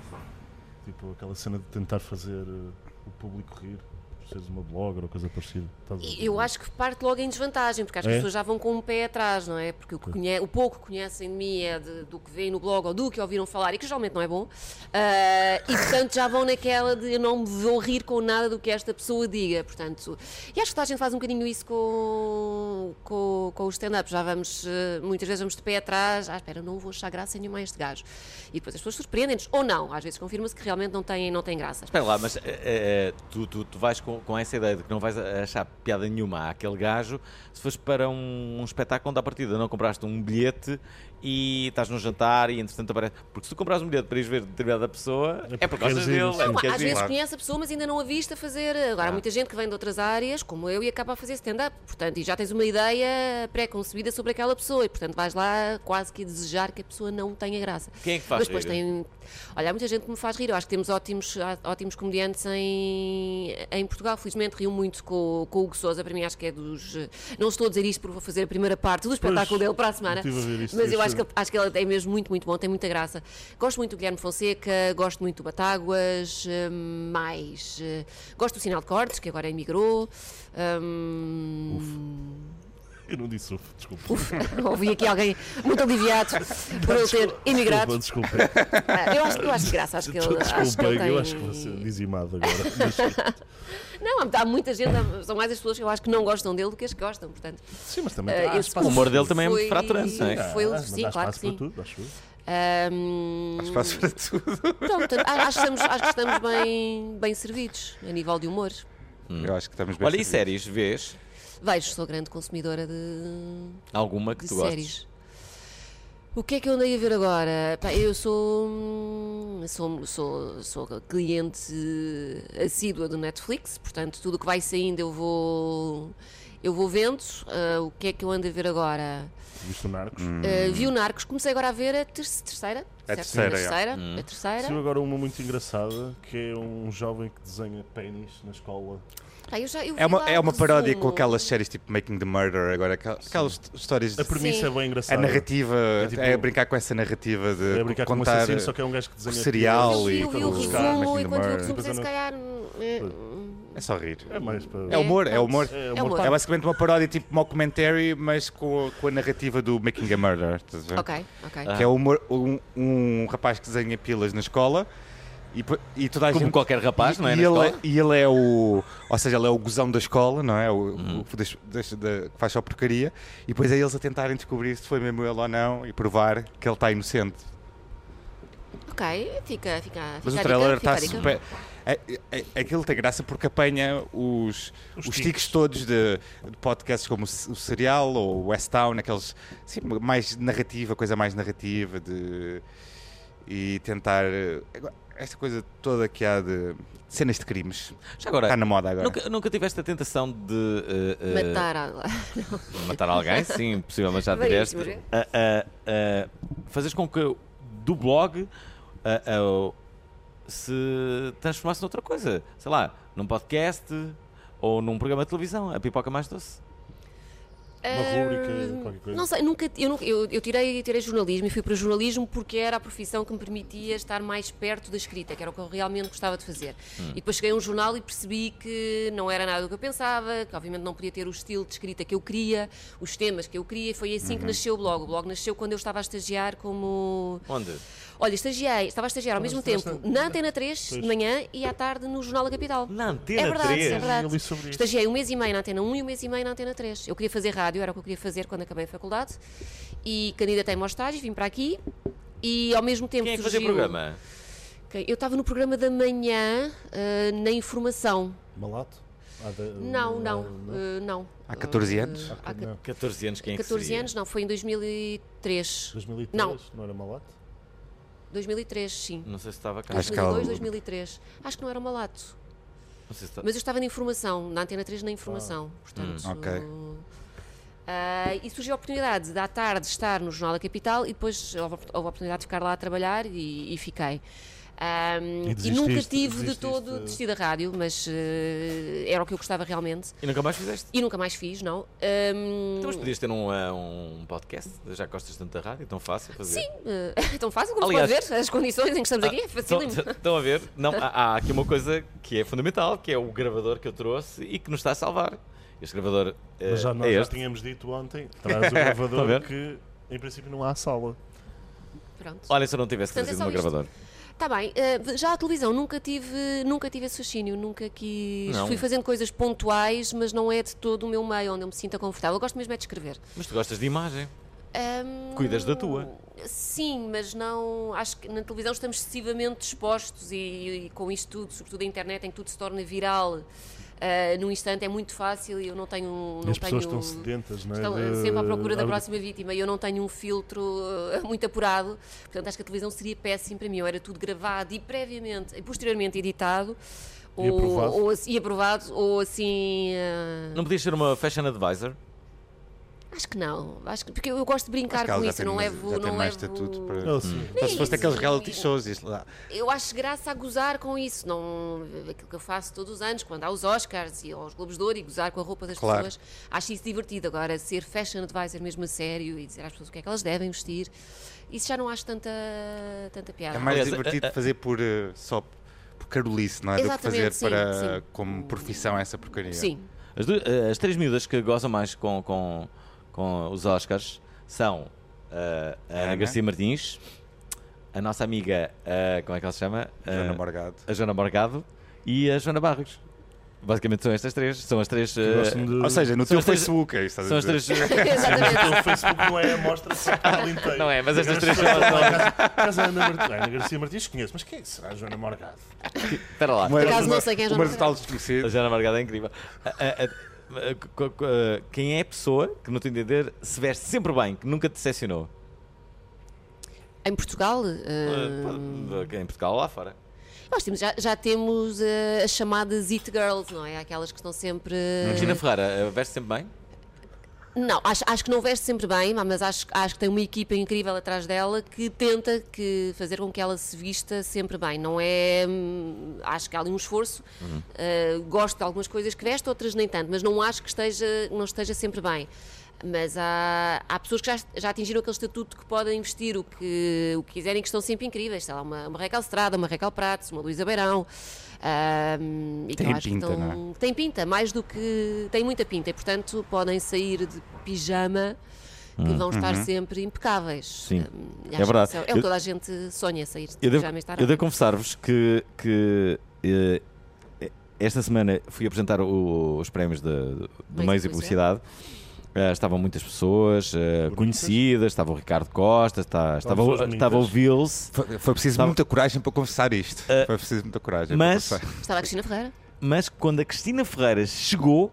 Speaker 3: Tipo, aquela cena de tentar fazer eh, o público rir, por seres uma blogger ou coisa parecida. Estás a-
Speaker 4: E Eu acho que parte logo em desvantagem, porque acho que
Speaker 3: É?
Speaker 4: as pessoas já vão com um pé atrás, não é? Porque o, que conhe- o pouco que conhecem de mim é de- do que vêem no blog ou do que ouviram falar, e que geralmente não é bom, ah, e portanto já vão naquela de eu não me vou rir com nada do que esta pessoa diga. Portanto, e acho que toda a gente faz um bocadinho isso com, com, com o stand-up. Já vamos, eh, muitas vezes vamos de pé atrás, ah, espera, não vou achar graça nenhuma a este gajo. E depois as pessoas surpreendem-nos, ou não, às vezes confirma-se que realmente não tem, não tem graça.
Speaker 1: Espera lá, mas eh, eh, tu, tu, tu vais com, com essa ideia de que não vais a- achar piada nenhuma àquele gajo se fores para um, um espetáculo da partida, não compraste um bilhete e estás num jantar e entretanto aparece. Porque se tu compras um bilhete para ir ver determinada pessoa, é, por
Speaker 3: porque
Speaker 1: causa
Speaker 3: queres ir,
Speaker 1: dele.
Speaker 3: sim.
Speaker 1: é
Speaker 4: Não,
Speaker 1: porque
Speaker 4: às
Speaker 1: queres ir.
Speaker 4: vezes
Speaker 1: Claro.
Speaker 4: conhece a pessoa, mas ainda não a viste a fazer. Agora, há muita gente que vem de outras áreas, como eu, e acaba a fazer stand-up. Portanto, e já tens uma ideia pré-concebida sobre aquela pessoa. E, portanto, vais lá quase que a desejar que a pessoa não tenha graça.
Speaker 1: Quem é que faz
Speaker 4: Mas depois
Speaker 1: rir?
Speaker 4: tem. Olha, há muita gente que me faz rir. Eu acho que temos ótimos, há ótimos comediantes em, em Portugal. Felizmente, rio muito com, com o Hugo Sousa. Para mim, acho que é dos. Não estou a dizer isto porque vou fazer a primeira parte do espetáculo dele para a semana.
Speaker 3: eu estive a ver isso,
Speaker 4: mas eu
Speaker 3: isso.
Speaker 4: acho que ele acho que ele é mesmo muito, muito bom, tem muita graça. Gosto muito do Guilherme Fonseca, gosto muito do Batáguas, eh, mais. eh, Gosto do Sinal de Cortes, que agora emigrou. hum,
Speaker 3: Eu não disse uf, desculpa.
Speaker 4: ouvi aqui alguém muito aliviado por ele ter emigrado.
Speaker 3: Desculpa, desculpa.
Speaker 4: Ah, Eu acho, eu acho graça, acho que ele, acho que
Speaker 3: Desculpa,
Speaker 4: ele tem... um
Speaker 3: eu acho que vou ser dizimado agora. Mas,
Speaker 4: Não, há, há muita gente, há- são mais as pessoas que eu acho que não gostam dele do que as que gostam, portanto.
Speaker 3: sim, mas também
Speaker 4: eh,
Speaker 3: tem-
Speaker 4: eu
Speaker 1: O
Speaker 4: suponho
Speaker 1: humor dele também é
Speaker 4: foi-
Speaker 1: muito fraturante, não é?
Speaker 3: Ah,
Speaker 4: foi o-
Speaker 3: mas
Speaker 4: sim,
Speaker 3: dá
Speaker 4: claro que
Speaker 3: espaço para
Speaker 4: sim.
Speaker 3: tudo, acho eu.
Speaker 4: hum,
Speaker 2: Espaço para tudo.
Speaker 4: Não, portanto, a- acho que estamos, acho que estamos bem, bem servidos a nível de humor.
Speaker 3: Hum.
Speaker 2: Eu acho que estamos bem
Speaker 1: Olha, e
Speaker 2: servidos.
Speaker 1: séries, vês
Speaker 4: Vejo, sou grande consumidora de,
Speaker 1: alguma que
Speaker 4: de
Speaker 1: tu gostes?
Speaker 4: séries. O que é que eu andei a ver agora? Pá, eu sou, hum, sou, sou, sou cliente assídua do Netflix, portanto, tudo o que vai saindo eu vou, eu vou vendo. Ah, o que é que eu ando a ver agora?
Speaker 3: Viste o Narcos?
Speaker 1: Hum.
Speaker 4: Ah, vi o Narcos, comecei agora a ver a ter- terceira.
Speaker 2: Hum. A
Speaker 4: certo?
Speaker 2: terceira, Hum.
Speaker 4: A terceira. A
Speaker 3: Hum. Saiu
Speaker 4: terceira.
Speaker 3: agora uma muito engraçada, que é um jovem que desenha pênis na escola.
Speaker 4: Pá, eu já- eu vi
Speaker 2: É uma,
Speaker 4: lá
Speaker 2: é uma
Speaker 4: um
Speaker 2: paródia
Speaker 4: resumo.
Speaker 2: com aquelas séries tipo Making the Murder, agora aquel- aquelas hist- histórias. de-
Speaker 3: A premissa
Speaker 4: Sim.
Speaker 3: é bem
Speaker 2: a
Speaker 3: engraçada.
Speaker 2: narrativa é,
Speaker 3: tipo-
Speaker 2: brincar com essa narrativa de
Speaker 3: É brincar com um
Speaker 2: contar
Speaker 3: assassino, só que é um gajo que
Speaker 2: o
Speaker 3: desenha
Speaker 2: serial
Speaker 4: Eu vi, eu vi o
Speaker 2: e tudo. Making
Speaker 4: resumo e
Speaker 2: the
Speaker 4: quando vi o
Speaker 2: Murder.
Speaker 4: resumo pensei, se
Speaker 3: não-
Speaker 4: calhar... hum, hum,
Speaker 2: É só rir.
Speaker 3: pênis. É mais para...
Speaker 2: É humor, é humor.
Speaker 3: É
Speaker 4: É
Speaker 3: humor.
Speaker 4: humor.
Speaker 2: É basicamente uma paródia tipo mockumentary, mas com, com a narrativa do Making a Murder. estás a ver?
Speaker 4: eh, Ok, ok.
Speaker 2: Que é humor- um, um rapaz que desenha pilas na escola e, po- e toda a
Speaker 1: Como
Speaker 2: gente-
Speaker 1: qualquer rapaz,
Speaker 2: e,
Speaker 1: não é?
Speaker 2: e
Speaker 1: Na
Speaker 2: ele,
Speaker 1: escola?
Speaker 2: e ele é o. Ou seja, ele é o gozão da escola, não é? O, o das- das- da- que faz só porcaria. E depois é eles a tentarem descobrir se foi mesmo ele ou não e provar que ele está inocente.
Speaker 4: Ok, fica, fica,
Speaker 2: Mas
Speaker 4: fica
Speaker 2: o
Speaker 4: a
Speaker 2: trailer
Speaker 4: dica,
Speaker 2: está
Speaker 4: fica a dica.
Speaker 2: super. É, é- é- aquilo tem graça porque apanha os, os, tiques todos de, de podcasts como o C- o Serial ou o West Town, aqueles assim, mais narrativa, coisa mais narrativa de e tentar eh, agora, esta coisa toda que há de cenas de crimes.
Speaker 1: Já agora,
Speaker 2: Está Tá na moda agora.
Speaker 1: nunca, nunca tiveste a tentação de eh, eh,
Speaker 4: Matar a...
Speaker 1: matar alguém, sim, possivelmente já tiveste.
Speaker 4: Veríssimo,
Speaker 1: Ah, ah, ah, fazeres com que do blog ah, ah, se transformasse noutra coisa. Sei lá, num podcast ou num programa de televisão. A pipoca mais doce.
Speaker 3: Uma rúbrica, qualquer coisa.
Speaker 4: Hum, Não sei, nunca, eu, nunca- eu, eu tirei, tirei jornalismo e fui para jornalismo porque era a profissão que me permitia estar mais perto da escrita, que era o que eu realmente gostava de fazer.
Speaker 2: Hum.
Speaker 4: E depois cheguei a um jornal e percebi que não era nada do que eu pensava, que obviamente não podia ter o estilo de escrita que eu queria, os temas que eu queria, e foi assim
Speaker 2: Uhum.
Speaker 4: que nasceu o blog. O blog nasceu quando eu estava a estagiar como
Speaker 1: Onde?
Speaker 4: Olha, estagiei, estava a estagiar ao mesmo tempo na Antena 3 de manhã e à tarde no Jornal da Capital.
Speaker 1: Na Antena
Speaker 4: é verdade,
Speaker 1: 3?
Speaker 4: É verdade.
Speaker 3: Eu li sobre isso.
Speaker 4: Estagiei um mês e meio na Antena 1 e um mês e meio na Antena 3. Eu queria fazer rádio, era o que eu queria fazer quando acabei a faculdade. E candidatei-me ao estágio, vim para aqui e ao mesmo tempo
Speaker 1: Quem é que fazia o
Speaker 4: surgiu...
Speaker 1: programa?
Speaker 4: Ok, Eu estava no programa da manhã, ah, na eh, informação.
Speaker 3: Malato? Há de-
Speaker 4: Não, não,
Speaker 1: ah,
Speaker 4: eh, não.
Speaker 2: Há 14 anos?
Speaker 4: Eh, há ca-
Speaker 3: Não.
Speaker 1: 14 anos, quem é que
Speaker 4: 14
Speaker 1: seria?
Speaker 4: anos, não, foi em 2003.
Speaker 3: 2003?
Speaker 4: Não.
Speaker 3: Não. era malato?
Speaker 4: 2003, sim.
Speaker 1: Não sei se estava cá.
Speaker 2: Acho que ela-
Speaker 4: 2002, 2003. Acho que não era malato.
Speaker 1: Não sei se está-
Speaker 4: Mas eu estava na informação, na Antena 3 na informação. Portanto,
Speaker 2: ok.
Speaker 4: ah, e surgiu a oportunidade de, à tarde, estar no Jornal da Capital e depois houve a- houve a oportunidade de ficar lá a trabalhar e, e fiquei. Ah, e,
Speaker 3: desististe?
Speaker 4: nunca tive de
Speaker 3: Desististe?
Speaker 4: todo desisti da rádio, mas eh, era o que eu gostava realmente.
Speaker 1: E nunca mais fizeste?
Speaker 4: E nunca mais fiz, não? Ah,
Speaker 1: Então, mas podias ter um, eh, um podcast? Já gostas tanto da rádio? É tão fácil fazer?
Speaker 4: Sim, eh, é tão fácil como se
Speaker 1: Aliás- ah, então,
Speaker 4: pode ver, as condições em que estamos aqui é
Speaker 1: Estão,
Speaker 4: facílimo.
Speaker 1: estão a ver? Não, há, há aqui uma coisa que é fundamental, que é o gravador que eu trouxe e que nos está a salvar. Este gravador eh,
Speaker 3: Mas já, nós
Speaker 1: é
Speaker 3: já
Speaker 1: este. Tá
Speaker 3: tínhamos dito ontem, traz um
Speaker 1: a
Speaker 3: gravador
Speaker 1: ver?
Speaker 3: que em princípio não há sala.
Speaker 4: Pronto.
Speaker 1: Olha, se eu não tivesse
Speaker 4: Portanto, é
Speaker 1: trazido o meu
Speaker 4: só isto.
Speaker 1: gravador.
Speaker 4: Está bem, eh, já a televisão nunca tive, nunca tive esse fascínio, nunca quis.
Speaker 1: Não.
Speaker 4: Fui fazendo coisas pontuais, mas não é de todo o meu meio onde eu me sinta confortável. Eu gosto mesmo é de escrever.
Speaker 1: Mas tu gostas de imagem.
Speaker 4: Ahm,
Speaker 1: Cuidas da
Speaker 4: Hum.
Speaker 1: tua.
Speaker 4: Sim, mas não. Acho que na televisão estamos excessivamente expostos e, e com isto tudo, sobretudo a internet, em que tudo se torna viral. eh, num instante é muito fácil e eu não tenho. Não
Speaker 3: E as pessoas
Speaker 4: tenho...
Speaker 3: estão sedentas, não é?
Speaker 4: Estão eh,
Speaker 2: eh,
Speaker 3: De-
Speaker 4: sempre à procura da
Speaker 3: abre-
Speaker 4: próxima vítima e eu não tenho um filtro eh, muito apurado, portanto acho que a televisão seria péssima para mim. Ou era tudo gravado e previamente, e posteriormente editado,
Speaker 3: E
Speaker 4: ou,
Speaker 3: aprovado.
Speaker 4: ou assim- e aprovado, ou assim. eh,
Speaker 1: Não podias ser uma fashion advisor?
Speaker 4: Acho que não, acho que, porque eu, eu gosto de brincar
Speaker 2: Acho que ela
Speaker 4: com
Speaker 2: já
Speaker 4: isso,
Speaker 2: tem
Speaker 4: eu não
Speaker 2: mais-
Speaker 4: levo.
Speaker 2: já tem
Speaker 4: não
Speaker 2: mais
Speaker 4: levo...
Speaker 2: estatuto para-
Speaker 3: Não, Oh, sim.
Speaker 1: Hum.
Speaker 2: Só se fosse
Speaker 4: isso.
Speaker 2: daqueles reality shows, isto lá.
Speaker 4: Eu acho graça a gozar com isso, não aquilo que eu faço todos os anos, quando há os Oscars e aos Globos de Ouro e gozar com a roupa das
Speaker 2: Claro.
Speaker 4: pessoas, acho isso divertido. Agora, ser fashion advisor mesmo a sério e dizer às pessoas o que é que elas devem vestir, isso já não acho tanta, tanta piada.
Speaker 2: É mais
Speaker 1: Aliás,
Speaker 2: divertido fazer por eh, só por carolice, não é? Do que
Speaker 4: Exatamente,
Speaker 2: fazer
Speaker 4: sim,
Speaker 2: para
Speaker 4: sim.
Speaker 2: como profissão essa porcaria.
Speaker 4: Sim,
Speaker 1: As, du- eh, as três miúdas que gozam mais com, com, com os Oscars são eh, a Ana
Speaker 2: Ana.
Speaker 1: Garcia Martins, a nossa amiga, eh, como é que ela se chama?
Speaker 2: Joana
Speaker 1: Eh,
Speaker 2: Morgado.
Speaker 1: a Joana Morgado e a Joana Barros. Basicamente são estas três. São as três. eh,
Speaker 3: gostam de-
Speaker 2: Ou seja, no
Speaker 1: são
Speaker 2: teu
Speaker 1: as três-
Speaker 2: Facebook, é isto que
Speaker 1: são as
Speaker 2: estás a dizer.
Speaker 1: três. eh,
Speaker 4: exatamente.
Speaker 3: O Facebook não é a mostra de São Paulo inteiro.
Speaker 1: Não é, mas estas três são as novas.
Speaker 3: Mas a Ana, Mart... Ana Garcia Martins conheço, mas quem é que será a Joana Morgado?
Speaker 1: Espera lá.
Speaker 2: Uma-
Speaker 4: acaso não
Speaker 2: uma-
Speaker 4: sei quem é Joana
Speaker 2: Uma
Speaker 4: Morgado.
Speaker 2: total
Speaker 1: A
Speaker 2: desconhecida.
Speaker 1: Joana Margada é incrível. A- a- a- a- co- co- a- Quem é a pessoa que, no teu entender, se veste sempre bem, que nunca te decepcionou?
Speaker 4: Em Portugal, eh,
Speaker 1: Eh, pá, Em Portugal, lá fora.
Speaker 4: nós temos, já, já temos eh, as chamadas It Girls, não é? Aquelas que estão sempre. eh,
Speaker 1: Gina Ferreira, eh, veste sempre bem?
Speaker 4: Não, acho, acho que não veste sempre bem, mas acho, acho que tem uma equipa incrível atrás dela que tenta que fazer com que ela se vista sempre bem. Não é. hum, Acho que há ali um esforço. Uh, gosto de algumas coisas que veste, outras nem tanto, mas não acho que esteja, não esteja sempre bem. Mas há, há pessoas que já, já atingiram aquele estatuto que podem investir o que, o que quiserem, que estão sempre incríveis. Sei lá, uma, uma Raquel Estrada, uma Raquel Pratos, uma Luísa Beirão. hum, e que
Speaker 2: Tem
Speaker 4: eu acho que
Speaker 2: pinta,
Speaker 4: estão-
Speaker 2: não é?
Speaker 4: tem pinta, mais do que. tem muita pinta e, portanto, podem sair de pijama que vão estar sempre impecáveis.
Speaker 1: Hum, uhum. Sim.
Speaker 4: Hum,
Speaker 1: É
Speaker 4: acho que
Speaker 1: verdade.
Speaker 4: isso É o que
Speaker 1: Eu-
Speaker 4: toda a gente sonha sair de
Speaker 1: Eu devo,
Speaker 4: pijama e estar
Speaker 1: eu devo confessar-vos que, que, eh, esta semana fui apresentar o- os prémios de, do
Speaker 4: Mais
Speaker 1: Meios e
Speaker 4: Publicidade.
Speaker 1: Publicidade. Eh, estavam muitas pessoas eh, conhecidas, estava o Ricardo Costa, está, estava, o-
Speaker 3: pessoas
Speaker 1: estava o
Speaker 3: bonitas.
Speaker 1: Vils,
Speaker 2: Foi, foi preciso
Speaker 1: Sabe-
Speaker 2: muita coragem para confessar isto. foi preciso muita coragem.
Speaker 1: tá Eh, mas-
Speaker 2: Para confessar.
Speaker 4: Estava a Cristina Ferreira.
Speaker 1: mas quando a Cristina Ferreira chegou,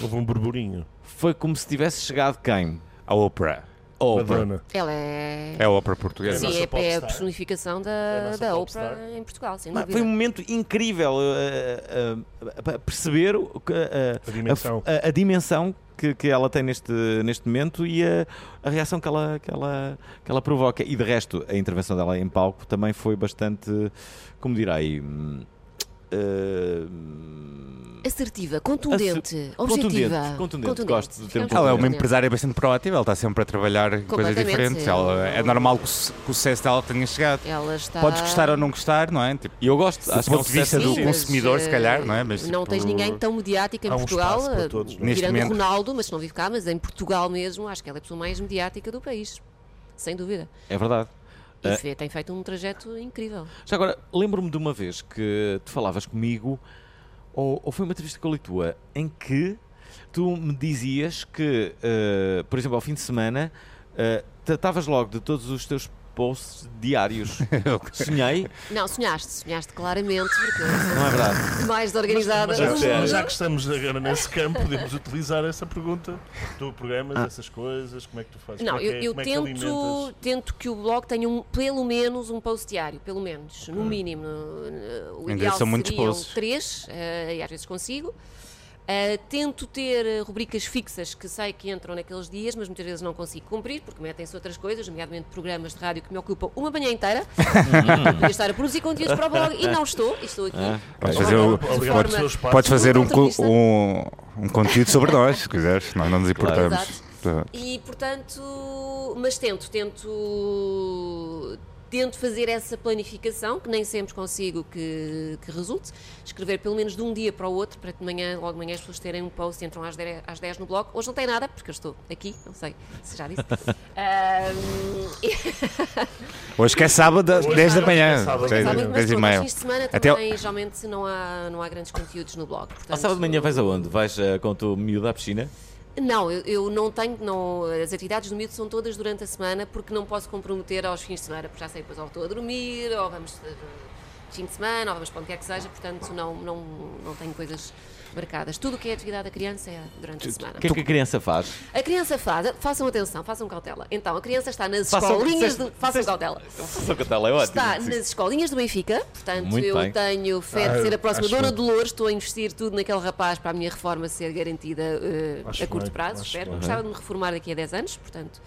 Speaker 3: Houve um burburinho.
Speaker 1: foi como se tivesse chegado quem?
Speaker 2: A Oprah.
Speaker 1: Oprah.
Speaker 3: Madonna.
Speaker 4: Ela é.
Speaker 2: É a Oprah portuguesa.
Speaker 3: a
Speaker 4: Sim,
Speaker 3: nossa
Speaker 4: é- é, a
Speaker 3: popstar.
Speaker 4: personificação da,
Speaker 3: É a nossa
Speaker 4: da
Speaker 3: popstar.
Speaker 4: Oprah em Portugal, sem
Speaker 1: Pá,
Speaker 4: dúvida.
Speaker 1: Foi um momento incrível eh, eh, eh, para perceber o que, eh,
Speaker 3: A dimensão.
Speaker 1: a- a dimensão que, que ela tem neste, neste momento e a, a reação que ela, que, ela, que ela provoca. E de resto, a intervenção dela em palco também foi bastante, como direi, hum, eh,
Speaker 4: Assertiva, contundente, objetiva.
Speaker 1: contundente, contundente, gosto um do termo
Speaker 4: Ficamos
Speaker 2: Ela é uma
Speaker 4: contundentes.
Speaker 2: empresária bastante proativa, ela está sempre a trabalhar em coisas
Speaker 4: Completamente,
Speaker 2: diferentes.
Speaker 4: é.
Speaker 2: Ela, é normal que o, su- que o sucesso dela tenha chegado.
Speaker 4: Ela está.
Speaker 2: Podes gostar ou não gostar, não é? Tipo,
Speaker 1: e eu gosto,
Speaker 2: Do
Speaker 1: acho que é um
Speaker 2: ponto de vista
Speaker 1: sucesso
Speaker 2: do
Speaker 1: Sim,
Speaker 4: mas,
Speaker 2: consumidor, se calhar,
Speaker 4: eh,
Speaker 2: não é? Mas,
Speaker 4: não
Speaker 2: tipo,
Speaker 4: tens ninguém tão mediático em
Speaker 3: há um
Speaker 4: Portugal,
Speaker 3: espaço para
Speaker 4: eh,
Speaker 3: todos, não
Speaker 2: é? Neste
Speaker 4: tirando
Speaker 2: momento.
Speaker 4: Ronaldo, mas que não vive cá, mas em Portugal mesmo, acho que ela é a pessoa mais mediática do país, sem dúvida.
Speaker 1: É verdade.
Speaker 4: E
Speaker 1: Eh.
Speaker 4: fe- tem feito um trajeto incrível.
Speaker 1: Já agora, lembro-me de uma vez que tu falavas comigo, ou, ou foi uma entrevista que eu li tua, em que tu me dizias que, eh, por exemplo, ao fim de semana, eh, tratavas logo de todos os teus posts diários. Sonhei?
Speaker 4: Não, sonhaste, sonhaste claramente, porque
Speaker 1: Não é verdade?
Speaker 4: eu sou mais organizada.
Speaker 3: Mas
Speaker 1: Já
Speaker 3: já, que-
Speaker 1: sério?
Speaker 3: mas já que estamos agora nesse campo, podemos utilizar essa pergunta. Tu programas essas coisas, como é que tu fazes?
Speaker 4: Ah. Não,
Speaker 3: como é
Speaker 4: eu,
Speaker 3: que é-
Speaker 4: eu
Speaker 3: como é que
Speaker 4: tento,
Speaker 3: alimentas?
Speaker 4: tento que o blog tenha um, pelo menos um post diário, pelo menos, no mínimo. Uh, O
Speaker 2: Ainda
Speaker 4: ideal
Speaker 2: são muitos
Speaker 4: seriam
Speaker 2: posts.
Speaker 4: três, eh, e às vezes consigo. Eh, tento ter eh, rubricas fixas que sei que entram naqueles dias, mas muitas vezes não consigo cumprir, porque metem-se outras coisas, nomeadamente programas de rádio que me ocupam uma manhã inteira. Podia estar a produzir conteúdos para o blog e não estou, e estou aqui.
Speaker 2: Podes
Speaker 4: De
Speaker 2: fazer
Speaker 4: forma-
Speaker 2: o-
Speaker 4: de
Speaker 3: Obrigado
Speaker 4: forma-
Speaker 3: pelo seu espaço.
Speaker 2: Podes fazer um, co-
Speaker 4: Entrevista.
Speaker 2: um, um conteúdo sobre nós, se quiseres, nós não nos importamos.
Speaker 4: Exato. E portanto, mas tento, tento tento fazer essa planificação, que nem sempre consigo que, que resulte, escrever pelo menos de um dia para o outro, para que de manhã, logo de manhã as pessoas terem um post, entram às 10, às 10 no blog. Hoje não tem nada, porque eu estou aqui, não sei se já disse. Ahm,
Speaker 2: Hoje que é sábado, às
Speaker 3: Hoje
Speaker 2: 10 da
Speaker 3: é
Speaker 2: manhã.
Speaker 3: sábado,
Speaker 2: dez-
Speaker 3: sábado,
Speaker 4: mas
Speaker 2: dez e
Speaker 4: pronto, aos
Speaker 2: meia.
Speaker 4: fins de semana
Speaker 2: Até
Speaker 4: também geralmente não há, não há grandes conteúdos no blog.
Speaker 1: Ao
Speaker 4: portanto-
Speaker 1: sábado de manhã vais aonde? Vais eh, com o teu miúdo à piscina?
Speaker 4: Não, eu, eu não tenho, não, as atividades do miúdo são todas durante a semana porque não posso comprometer aos fins de semana, porque já sei depois ou estou a dormir, ou vamos eh, fim de semana, ou vamos para onde quer que seja, portanto não, não, não tenho coisas marcadas. Tudo o que é atividade da criança é durante a semana.
Speaker 1: O que é que a criança faz?
Speaker 4: A criança faz, façam atenção, façam cautela. Então, a criança está nas
Speaker 1: Façam-
Speaker 4: escolinhas
Speaker 1: disseste-
Speaker 4: do. Façam
Speaker 1: disseste-
Speaker 4: cautela.
Speaker 1: Só que a tela é ótima.
Speaker 4: Está nas escolinhas do Benfica, portanto
Speaker 1: Muito
Speaker 4: eu
Speaker 1: bem.
Speaker 4: tenho fé de ser a próxima
Speaker 3: acho
Speaker 4: dona
Speaker 3: bem.
Speaker 4: de Lourdes, estou a investir tudo naquele rapaz para a minha reforma ser garantida eh,
Speaker 3: Acho
Speaker 4: a curto
Speaker 3: bem,
Speaker 4: prazo,
Speaker 3: acho
Speaker 4: espero.
Speaker 3: bem.
Speaker 4: Gostava de me reformar daqui a 10 anos, portanto,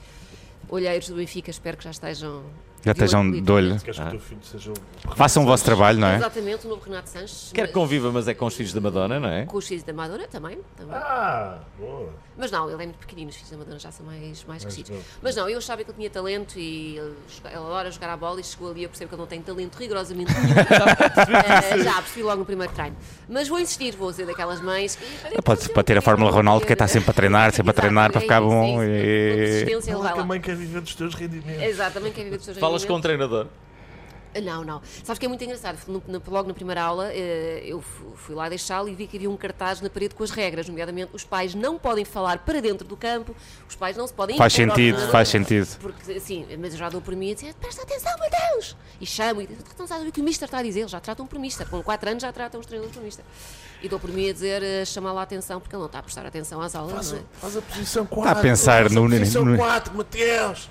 Speaker 4: olheiros do Benfica, espero que já estejam.
Speaker 2: Já estejam
Speaker 4: olho
Speaker 2: de olho.
Speaker 3: Queres
Speaker 4: Ah.
Speaker 3: que o teu filho seja um.
Speaker 2: Façam o vosso trabalho, não é?
Speaker 4: Exatamente, o novo Renato Sanches.
Speaker 1: Quer
Speaker 4: mas-
Speaker 1: que conviva, mas é com os filhos da Madonna, não é?
Speaker 4: Com os filhos da Madonna também. também.
Speaker 3: Ah, boa.
Speaker 4: Mas não, ele é muito pequenino, os filhos da Madonna já são mais, mais crescidos.
Speaker 3: novo.
Speaker 4: Mas não, eu achava que ele tinha talento e ele, joga- ele adora jogar à bola e chegou ali, eu percebo que ele não tem talento rigorosamente nenhum. Eh, já, percebi logo no primeiro treino. Mas vou insistir, vou dizer daquelas mães que...
Speaker 2: Podes bater a Fórmula Ronaldo, que está sempre a treinar, sempre a
Speaker 4: Exato,
Speaker 2: treinar para
Speaker 4: é
Speaker 2: ficar
Speaker 4: isso, é
Speaker 2: bom.
Speaker 4: isso. Com
Speaker 2: E...
Speaker 4: persistência, ele
Speaker 3: Ela Então, que
Speaker 4: vai
Speaker 3: a
Speaker 4: lá. É.
Speaker 3: mãe quer viver dos teus rendimentos.
Speaker 4: Exatamente, quer viver dos seus
Speaker 1: Falas com o
Speaker 4: rendimentos.
Speaker 1: treinador.
Speaker 4: Ah, Não, não. Sabes que é muito engraçado. No, no- logo na primeira aula, eh, eu fu- fui lá deixá-lo e vi que havia um cartaz na parede com as regras, nomeadamente os pais não podem falar para dentro do campo, os pais não se podem
Speaker 2: Faz
Speaker 4: impor ao
Speaker 2: sentido,
Speaker 4: treinador.
Speaker 2: faz sentido.
Speaker 4: Porque assim, mas eu já dou por mim a dizer, presta atenção, meu Deus! E chamo e digo, "Tu não sabes o que o Mister está a dizer, eles já tratam por Mister, com 4 anos já tratam os treinadores por Mister. E dou por mim a dizer, eh, chamar lá a atenção, porque ele não está a prestar atenção às aulas, não é?
Speaker 3: Faz a posição 4.
Speaker 2: Tá pensar
Speaker 3: faz
Speaker 2: no-
Speaker 3: A posição
Speaker 2: no-
Speaker 3: 4, Mateus.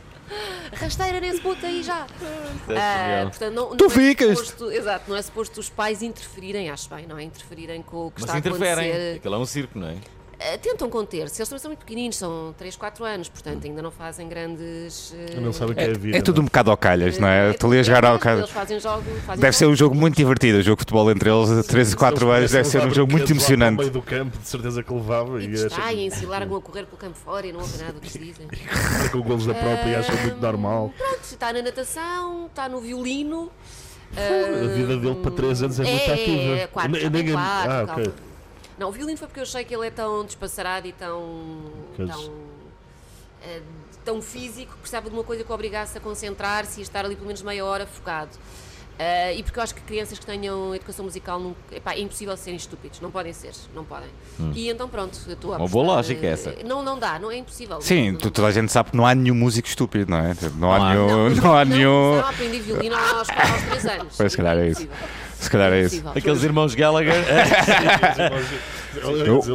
Speaker 4: Rasteira nesse puto aí já! Ah,
Speaker 1: Mas
Speaker 4: portanto, não,
Speaker 2: Tu
Speaker 4: não
Speaker 2: ficas.
Speaker 4: É suposto, exato, não é suposto os pais interferirem, acho bem, não é? Interferirem com o que está a
Speaker 1: interferem.
Speaker 4: acontecer.
Speaker 1: Aquilo é um circo, não é?
Speaker 4: Ah, tentam conter-se, eles também são muito pequeninos, são 3, 4 anos, portanto ainda não fazem grandes. eh,
Speaker 3: Não sabe o que é a vida.
Speaker 2: É tudo um bocado ao calhas, não é? Estou ali a jogar ao
Speaker 4: Eles
Speaker 2: calhas.
Speaker 4: fazem jogo, fazem
Speaker 2: Deve ser
Speaker 4: jogo.
Speaker 2: um jogo muito divertido, o jogo de futebol entre eles, a 13
Speaker 3: é?
Speaker 2: e 4 anos, deve ser um jogo muito
Speaker 3: No meio
Speaker 2: emocionante.
Speaker 3: é do campo, de certeza que levava.
Speaker 4: E
Speaker 3: E é acha que
Speaker 4: distraem-se, e largam a correr pelo campo fora e não ouvem nada do que se dizem.
Speaker 3: com golos da própria e acha muito normal.
Speaker 4: Pronto, está na natação, está no violino.
Speaker 3: A vida dele para 3 anos é
Speaker 4: É,
Speaker 3: muito
Speaker 4: é, é,
Speaker 3: ativa.
Speaker 4: quatro,
Speaker 3: Eu
Speaker 4: já
Speaker 3: nem-
Speaker 4: tem
Speaker 3: eu nem-
Speaker 4: quatro,
Speaker 3: Ah,
Speaker 4: calma.
Speaker 3: ok.
Speaker 4: Não, o violino foi porque eu achei que ele é tão despassarado e tão.
Speaker 3: Pois.
Speaker 4: tão. eh, tão físico que precisava de uma coisa que o obrigasse a concentrar-se e estar ali pelo menos meia hora focado. Eh, e porque eu acho que crianças que tenham educação musical nunca- epá, é impossível serem estúpidos, não podem ser, não podem.
Speaker 3: Hum.
Speaker 4: E então pronto, eu estou a
Speaker 1: Uma boa
Speaker 4: apostar,
Speaker 1: lógica
Speaker 4: eh,
Speaker 1: essa.
Speaker 4: Não, não dá, não é impossível.
Speaker 2: Sim,
Speaker 4: Não-
Speaker 2: tu- toda a gente sabe que não há nenhum músico estúpido, não é? Tipo, Não há
Speaker 4: não,
Speaker 2: nenhum. Não há nenhum.
Speaker 4: Não aprendi violino aos 3 anos.
Speaker 2: Pois, se calhar é isso.
Speaker 4: Impossível.
Speaker 2: Se calhar é isso.
Speaker 4: Impossível.
Speaker 1: Aqueles irmãos Gallagher.
Speaker 3: Eles eles odeiam-se.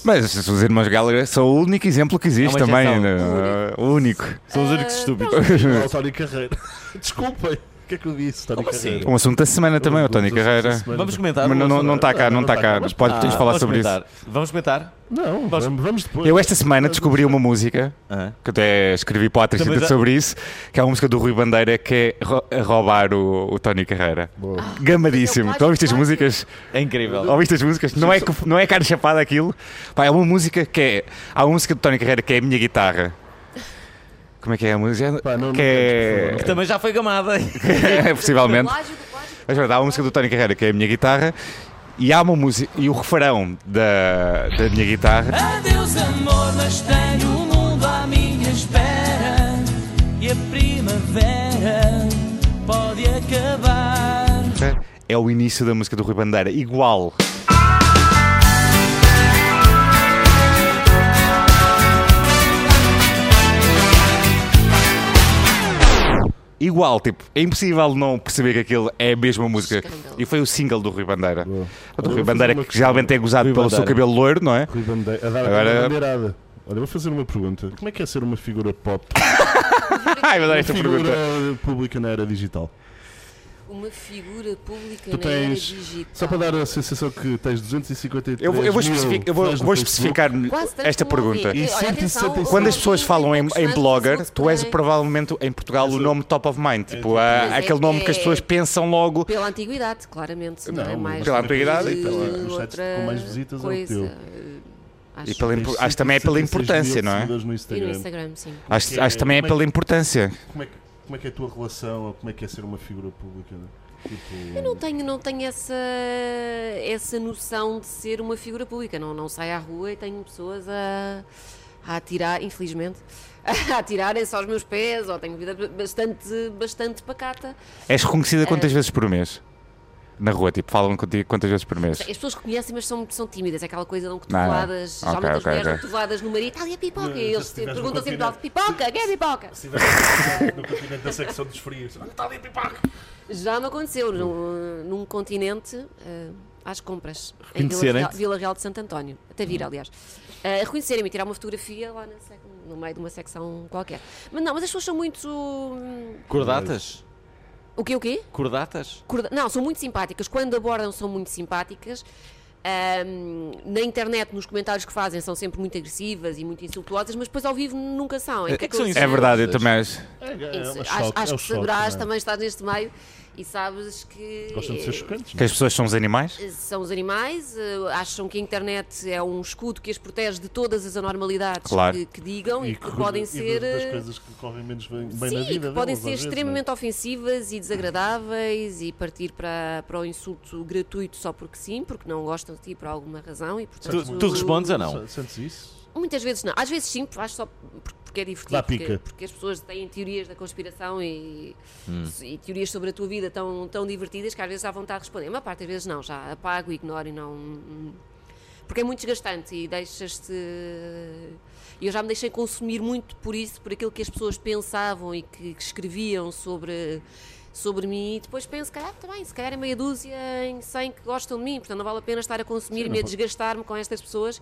Speaker 2: oh. Mas os irmãos Gallagher são o único exemplo que existe
Speaker 1: É uma
Speaker 2: também.
Speaker 1: exceção.
Speaker 2: né? O único.
Speaker 1: São os únicos estúpidos.
Speaker 3: Olha o Tony Carreira. Desculpem. O que é que eu disse, Tony Carreira?
Speaker 2: Um assunto da semana também, o Tony Carreira.
Speaker 1: Vamos comentar.
Speaker 2: Mas não- não não está cá, não
Speaker 3: Não
Speaker 2: está
Speaker 3: tá cá,
Speaker 2: cá.
Speaker 3: mas-
Speaker 2: Pode, podemos
Speaker 1: Ah,
Speaker 2: falar
Speaker 1: vamos
Speaker 2: sobre isso.
Speaker 1: comentar. Vamos comentar?
Speaker 3: Não,
Speaker 1: Vamos-
Speaker 3: vamos, vamos depois.
Speaker 2: Eu esta semana descobri uma música
Speaker 1: Ah.
Speaker 2: que até escrevi para a
Speaker 1: Também
Speaker 2: Tricita
Speaker 1: dá-
Speaker 2: sobre isso, que é uma música do Rui Bandeira que é ro- a roubar o, o Tony Carreira.
Speaker 3: Boa.
Speaker 2: Gamadíssimo.
Speaker 4: Mas é o
Speaker 2: Tu ouviste as
Speaker 4: plágio.
Speaker 2: músicas?
Speaker 1: É incrível.
Speaker 2: Ouviste as músicas? Não é, co- não é cara chapada aquilo. Pá, é uma música que é. Há uma música do Tony Carreira que é a minha guitarra. Como é que é a música?
Speaker 3: Pá, não- não
Speaker 2: que é.
Speaker 1: Que também já foi gamada.
Speaker 2: Possivelmente.
Speaker 4: Plágio do plágio do
Speaker 2: Mas pronto, há uma música do Tony Carreira que é a minha guitarra e há uma música e o refrão da, da minha guitarra
Speaker 6: Adeus amor, mas tenho o mundo à minha espera E a primavera pode acabar
Speaker 2: é o início da música do Rui Bandeira, igual. igual, tipo, é impossível não perceber que aquilo é a mesma música.
Speaker 4: Escândalo.
Speaker 2: E foi o single do Rui Bandeira.
Speaker 3: Boa.
Speaker 2: O
Speaker 3: Olha,
Speaker 2: Rui
Speaker 3: vou
Speaker 2: Bandeira
Speaker 3: fazer uma
Speaker 2: que geralmente é gozado
Speaker 1: Rui
Speaker 2: pelo seu
Speaker 1: Bandeira.
Speaker 2: cabelo loiro, não é?
Speaker 3: Rui Bandeira. A dar
Speaker 2: Agora-
Speaker 3: Agora... a bandeirada. Olha, vou fazer uma pergunta. Como é que é ser uma figura pop?
Speaker 2: Ai, Bandeira, esta
Speaker 3: figura
Speaker 2: pergunta.
Speaker 3: pública na era digital.
Speaker 4: Uma figura pública
Speaker 3: Tu
Speaker 4: na era
Speaker 3: tens-
Speaker 4: digital.
Speaker 3: Só para dar a sensação que tens 253
Speaker 2: Eu, vou- eu vou,
Speaker 3: mil
Speaker 2: especific- eu vou-
Speaker 3: fãs no
Speaker 2: vou
Speaker 3: Facebook.
Speaker 2: especificar
Speaker 4: Quase tanto
Speaker 2: esta
Speaker 4: como eu ouvi.
Speaker 2: pergunta.
Speaker 3: E
Speaker 4: Olha, atenção,
Speaker 3: 176.
Speaker 4: o-
Speaker 2: Quando as pessoas
Speaker 4: o-
Speaker 2: falam em,
Speaker 4: os
Speaker 2: em
Speaker 4: fãs
Speaker 2: blogger,
Speaker 4: passam-se
Speaker 2: tu és
Speaker 4: por aí
Speaker 2: provavelmente em Portugal o nome top of mind. Tipo, ah,
Speaker 4: Mas é
Speaker 2: aquele nome que as
Speaker 4: que é-
Speaker 2: pessoas pensam logo.
Speaker 4: Pela antiguidade, claramente. Não, é
Speaker 3: Não,
Speaker 4: mais
Speaker 2: pela
Speaker 4: do
Speaker 2: antiguidade e
Speaker 4: que
Speaker 3: pela-
Speaker 4: outra
Speaker 3: os sites com mais visitas é o
Speaker 4: coisa.
Speaker 3: teu.
Speaker 4: Eh, Acho
Speaker 2: E pela,
Speaker 4: e
Speaker 2: impo-
Speaker 3: Tens
Speaker 2: acho que também é pela
Speaker 3: 176
Speaker 2: importância,
Speaker 3: mil
Speaker 2: não é?
Speaker 3: seguidores no Instagram.
Speaker 4: no Instagram, sim.
Speaker 2: Acho, acho que também é pela importância.
Speaker 3: Como é, que, como é que é a tua relação ou como é que é ser uma figura pública? né? Tipo,
Speaker 4: Não tenho, não tenho essa, essa noção de ser uma figura pública. Não, não saio à rua e tenho pessoas a, a atirar, infelizmente, a atirarem-se aos meus pés. Ou tenho vida bastante, bastante pacata.
Speaker 2: És
Speaker 4: É.
Speaker 2: reconhecida quantas vezes por mês? Na rua, tipo, falam contigo quantas vezes por mês?
Speaker 4: As pessoas reconhecem, mas são, são tímidas. É aquela coisa, dão cotoveladas.
Speaker 2: Ah, Não, não. Ok,
Speaker 4: Geralmente as
Speaker 2: ok,
Speaker 4: mulheres
Speaker 2: ok.
Speaker 4: dão cotoveladas no marido. Ali a pipoca. E
Speaker 3: Não,
Speaker 4: eles
Speaker 3: se
Speaker 4: sempre
Speaker 3: tiveres no
Speaker 4: perguntam sempre
Speaker 3: continente-
Speaker 4: alto: pipoca, quer pipoca?
Speaker 3: se estiveres no continente da secção dos frios, olha, está ali a pipoca!
Speaker 4: Já me aconteceu num, num continente eh, às compras em Vila
Speaker 1: Reconhecerem-te?
Speaker 4: Real, Vila Real de Santo António, até vir, aliás. Eh, Reconhecerem-me e tirar uma fotografia lá na sec- no meio de uma secção qualquer. Mas não, mas as pessoas são muito. hum,
Speaker 1: Cordatas?
Speaker 4: O quê, o quê?
Speaker 1: Cordatas?
Speaker 4: Corda- Não, são muito simpáticas. Quando abordam, são muito simpáticas. Ahm, na internet, nos comentários que fazem, são sempre muito agressivas e muito insultuosas, mas depois ao vivo nunca são. E o
Speaker 1: É que são
Speaker 4: eu-
Speaker 2: É verdade, eu também acho.
Speaker 3: É, é,
Speaker 4: Isso,
Speaker 3: um
Speaker 4: acho,
Speaker 3: choque,
Speaker 4: acho
Speaker 3: é um
Speaker 4: que
Speaker 3: choque,
Speaker 4: saberás,
Speaker 3: não é?
Speaker 4: também estás neste meio e sabes que.
Speaker 3: Gostam de ser chocantes,
Speaker 2: Que
Speaker 3: não é?
Speaker 2: as pessoas são os animais?
Speaker 4: são os animais, eh, acham que a internet é um escudo que as protege de todas as anormalidades
Speaker 2: Claro.
Speaker 4: que, que digam e, que,
Speaker 3: coisas-
Speaker 4: podem
Speaker 3: e
Speaker 4: ser.
Speaker 3: das
Speaker 4: eh,
Speaker 3: coisas que correm menos bem, bem
Speaker 4: Sim,
Speaker 3: na vida.
Speaker 4: que podem
Speaker 3: delas, às vezes,
Speaker 4: ser
Speaker 3: não é?
Speaker 4: extremamente ofensivas e desagradáveis e partir para, para o insulto gratuito só porque sim, porque não gostam de ti por alguma razão e portanto.
Speaker 1: Tu, tu respondes ou é não?
Speaker 3: Sa- Sentes isso?
Speaker 4: Muitas vezes não. Às vezes sim, acho só por- porque é divertido.
Speaker 3: Dá
Speaker 4: porque,
Speaker 3: pica.
Speaker 4: porque as pessoas têm teorias da conspiração e,
Speaker 3: Hum.
Speaker 4: e teorias sobre a tua vida tão, tão divertidas que às vezes há vontade de responder. Uma parte, às vezes não. Já apago, ignoro e não. Porque é muito desgastante e deixas-te. e Eu já me deixei consumir muito por isso, por aquilo que as pessoas pensavam e que, que escreviam sobre. Sobre mim, e depois penso, se calhar, tá bem, se calhar é meia dúzia em 100 que gostam de mim, portanto não vale a pena estar a consumir-me e a desgastar-me com estas pessoas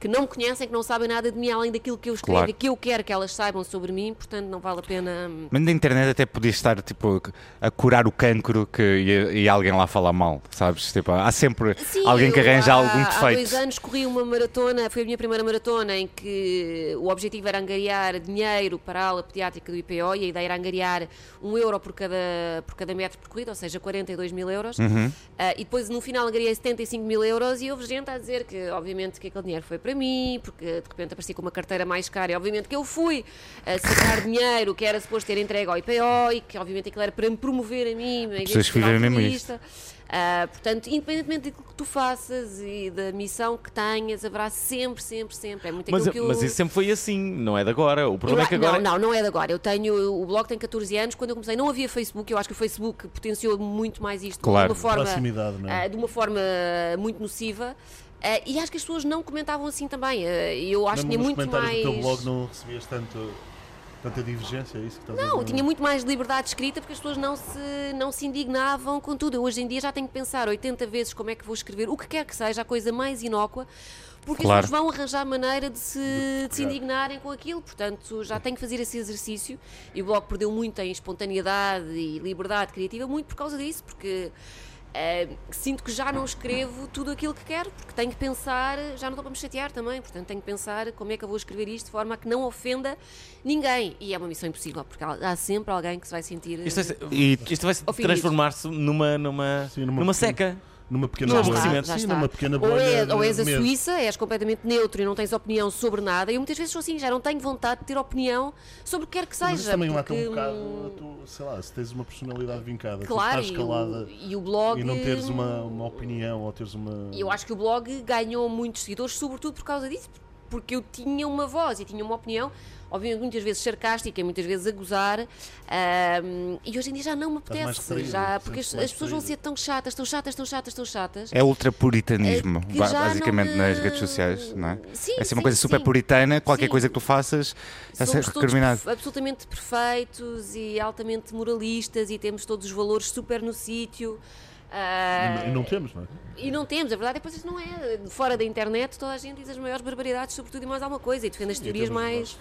Speaker 4: que não me conhecem, que não sabem nada de mim além daquilo que eu escrevo
Speaker 2: Claro.
Speaker 4: e que eu quero que elas saibam sobre mim, portanto não vale a pena. hum,
Speaker 2: Mas na internet até podias estar tipo, a curar o cancro que, e, e alguém lá falar mal, sabes? Tipo, há sempre
Speaker 4: Sim,
Speaker 2: alguém que
Speaker 4: eu
Speaker 2: arranja
Speaker 4: há,
Speaker 2: algum
Speaker 4: Há dois
Speaker 2: defeito.
Speaker 4: anos corri uma maratona, foi a minha primeira maratona em que o objetivo era angariar dinheiro para a ala pediátrica do IPO e a ideia era angariar um euro por cada, por cada metro percorrido, ou seja, 42 mil euros.
Speaker 2: Uhum.
Speaker 4: Ah, e depois no final angariei 75 mil euros e houve gente a dizer que, obviamente, que aquele dinheiro foi para mim, porque de repente apareci com uma carteira mais cara e, obviamente, que eu fui a sacar dinheiro que era suposto ter entregue ao IPO e que, obviamente, aquilo era para me promover a mim. em
Speaker 2: Pessoas que vivem mesmo
Speaker 4: altruísta.
Speaker 2: isto.
Speaker 4: Ah, portanto, independentemente do que tu faças e da missão que tenhas, haverá sempre, sempre, sempre. É muito
Speaker 1: Mas,
Speaker 4: aquilo que eu...
Speaker 1: mas isso sempre foi assim, não é de agora. O
Speaker 4: Eu
Speaker 1: problema é
Speaker 4: a-
Speaker 1: que agora.
Speaker 4: Não, não, não é de agora. Eu tenho, o blog tem 14 anos. Quando eu comecei, não havia Facebook. Eu acho que o Facebook potenciou muito mais isto
Speaker 2: Claro.
Speaker 4: de uma forma,
Speaker 3: Proximidade, não é?
Speaker 4: ah, de uma forma muito nociva. Ah, e acho que as pessoas não comentavam assim também. Ah, eu acho que
Speaker 3: Mesmo
Speaker 4: tinha
Speaker 3: nos
Speaker 4: muito
Speaker 3: comentários
Speaker 4: mais.
Speaker 3: do teu blog não recebias tanto, tanta divergência, é isso que estás a dizer?
Speaker 4: Não, eu tinha muito mais liberdade de escrita porque as pessoas não se, não se indignavam com tudo. Eu hoje em dia já tenho que pensar 80 vezes como é que vou escrever, o que quer que seja, a coisa mais inócua, porque
Speaker 2: Claro.
Speaker 4: as pessoas vão arranjar maneira de se, de se indignarem com aquilo. Portanto, já tenho que fazer esse exercício. E o blog perdeu muito em espontaneidade e liberdade criativa, muito por causa disso, porque. eh, sinto que já não escrevo tudo aquilo que quero, porque tenho que pensar, já não estou para me chatear também, portanto tenho que pensar como é que eu vou escrever isto de forma a que não ofenda ninguém. E é uma missão impossível, porque há há sempre alguém que se vai sentir.
Speaker 3: é
Speaker 1: Isto,
Speaker 4: eh,
Speaker 1: vai-
Speaker 2: E
Speaker 1: isto vai se
Speaker 4: Ofendidos.
Speaker 1: transformar-se numa, numa,
Speaker 3: Sim,
Speaker 1: numa,
Speaker 3: numa-
Speaker 1: seca.
Speaker 3: é? Numa pequena
Speaker 4: Já
Speaker 1: Não,
Speaker 4: está,
Speaker 1: aborrecimento.
Speaker 4: já
Speaker 3: um Sim,
Speaker 4: está.
Speaker 3: numa pequena
Speaker 4: ou,
Speaker 3: bolha
Speaker 4: é,
Speaker 3: de
Speaker 4: ou és a
Speaker 3: medo.
Speaker 4: Suíça, és completamente neutro e não tens opinião sobre nada. Eu muitas vezes sou assim, já não tenho vontade de ter opinião sobre o que quer que seja.
Speaker 3: Mas isso também mata
Speaker 4: porque,
Speaker 3: um bocado
Speaker 4: hum,
Speaker 3: a tu, sei lá, se tens uma personalidade vincada,
Speaker 4: Claro,
Speaker 3: tu
Speaker 4: e
Speaker 3: estás
Speaker 4: o,
Speaker 3: calada
Speaker 4: e o blog.
Speaker 3: e não teres uma, uma opinião ou teres uma.
Speaker 4: Eu acho que o blog ganhou muitos seguidores, sobretudo por causa disso. porque eu tinha uma voz e tinha uma opinião, obviamente muitas vezes sarcástica, muitas vezes a gozar, ahm, e hoje em dia já não me
Speaker 3: Estás mais
Speaker 4: apetece,
Speaker 3: retraído,
Speaker 4: já, porque as,
Speaker 3: sentes-te mais
Speaker 4: as pessoas vão ser
Speaker 3: retraído.
Speaker 4: tão chatas, tão chatas, tão chatas, tão chatas.
Speaker 2: É ultrapuritanismo,
Speaker 4: É, que
Speaker 2: ba-
Speaker 4: já não
Speaker 2: basicamente,
Speaker 4: me-
Speaker 2: nas redes sociais, não é?
Speaker 4: Sim,
Speaker 2: é sempre
Speaker 4: sim,
Speaker 2: uma coisa super
Speaker 4: sim.
Speaker 2: puritana, qualquer
Speaker 4: Sim.
Speaker 2: coisa que tu faças é ser
Speaker 4: Somos todos
Speaker 2: recriminado.
Speaker 4: perfe- absolutamente perfeitos e altamente moralistas e temos todos os valores super no sítio. ah,
Speaker 3: E não temos, não é?
Speaker 4: E não temos, a verdade é que depois isto não é. Fora da internet, toda a gente diz as maiores barbaridades, sobretudo e mais alguma coisa, e defende as teorias mais,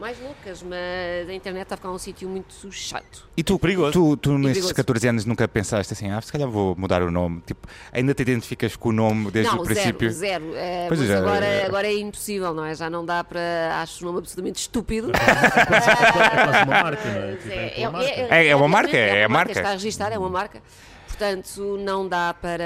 Speaker 4: mais loucas, mas a internet está a ficar um sítio muito chato.
Speaker 2: E tu, tu, tu nesses
Speaker 4: perigoso.
Speaker 2: 14 anos nunca pensaste assim, ah, se calhar vou mudar o nome. Tipo, ainda te identificas com o nome desde
Speaker 4: não,
Speaker 2: o princípio?
Speaker 4: zero, zero. eh,
Speaker 2: Pois
Speaker 4: mas
Speaker 2: já-
Speaker 4: agora, agora é impossível, não é? Já não dá para. Acho o nome absolutamente estúpido.
Speaker 3: É quase uma marca, não é?
Speaker 4: Mas
Speaker 3: Tipo,
Speaker 4: é-
Speaker 3: é a tua
Speaker 4: é-
Speaker 3: marca.
Speaker 4: é-
Speaker 2: É- é uma marca,
Speaker 4: obviamente,
Speaker 2: é
Speaker 4: uma
Speaker 2: marca.
Speaker 4: Está registada, é uma marca. Portanto, não dá para.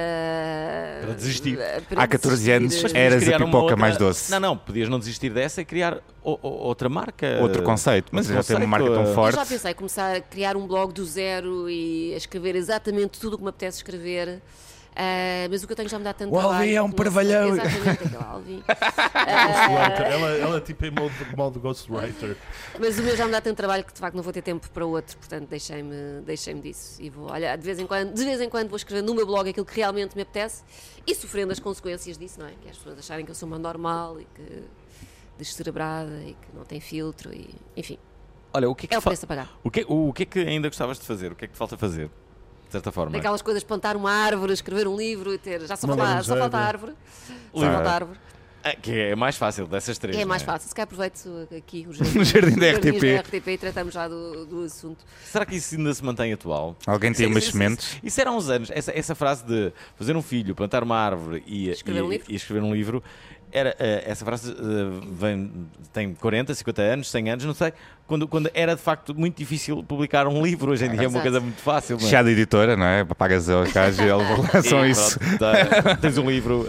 Speaker 1: Para desistir.
Speaker 4: para
Speaker 2: Há 14 anos
Speaker 4: desistir.
Speaker 1: podias
Speaker 2: eras a
Speaker 1: criar uma
Speaker 2: pipoca
Speaker 1: outra-
Speaker 2: mais doce.
Speaker 1: Não, não, podias não desistir dessa e criar o- o- outra marca.
Speaker 2: Outro conceito, mas
Speaker 1: Outro
Speaker 2: já tem uma marca
Speaker 1: Eh, conceito,
Speaker 2: tão
Speaker 1: eh,
Speaker 2: forte.
Speaker 4: Eu já pensei em começar a criar um blog do zero e a escrever exatamente tudo o que me apetece escrever. Ah, mas o que eu tenho já me dá tanto
Speaker 2: O Alvin
Speaker 4: trabalho
Speaker 2: é um
Speaker 4: que não sei
Speaker 2: parvalhão.
Speaker 4: Exatamente, aquele Alvin.
Speaker 3: Ghostwriter. Ela, ela tipo é modo, modo ghostwriter.
Speaker 4: Mas o meu já me dá tanto trabalho que de facto não vou ter tempo para outro, portanto deixei-me deixei disso. E vou, olha, de vez, em quando, de vez em quando vou escrever no meu blog aquilo que realmente me apetece e sofrendo as consequências disso, não é? Que as pessoas acharem que eu sou uma normal e que descerebrada e que não tem filtro e enfim,
Speaker 1: Olha, o que é que,
Speaker 4: é o
Speaker 1: fa-
Speaker 4: preço a pagar.
Speaker 1: o que, o que é que ainda gostavas de fazer? O que é que te falta fazer? De certa forma.
Speaker 4: Daquelas coisas, plantar uma árvore, escrever um livro e ter. Já só
Speaker 3: Uma
Speaker 4: falta, só
Speaker 3: laranjeira.
Speaker 4: falta a árvore. Só falta a árvore.
Speaker 1: Ah, que é mais fácil dessas três.
Speaker 4: É mais
Speaker 1: não
Speaker 4: fácil. Se calhar aproveito aqui o jardim,
Speaker 2: No jardim da
Speaker 4: jardins
Speaker 2: RTP.
Speaker 4: RTP e tratamos já do, do assunto.
Speaker 1: Será que isso ainda se mantém atual?
Speaker 2: Alguém tem
Speaker 1: Sim,
Speaker 2: umas
Speaker 1: sim, sim.
Speaker 2: sementes?
Speaker 1: Isso era há uns anos. Essa, essa frase de fazer um filho, plantar uma árvore e
Speaker 4: Escrever
Speaker 1: e-
Speaker 4: um livro.
Speaker 1: e escrever um livro, era, eh, essa frase eh, vem, tem 40, 50 anos, 100 anos, não sei. Quando, quando era de facto muito difícil publicar um livro, hoje em dia é uma
Speaker 4: Exato.
Speaker 1: coisa muito fácil. não é?
Speaker 2: Fechada a editora, não é? Pagas aos gajos e eles lançam
Speaker 1: E
Speaker 2: isso.
Speaker 1: pronto, tá. tens um livro.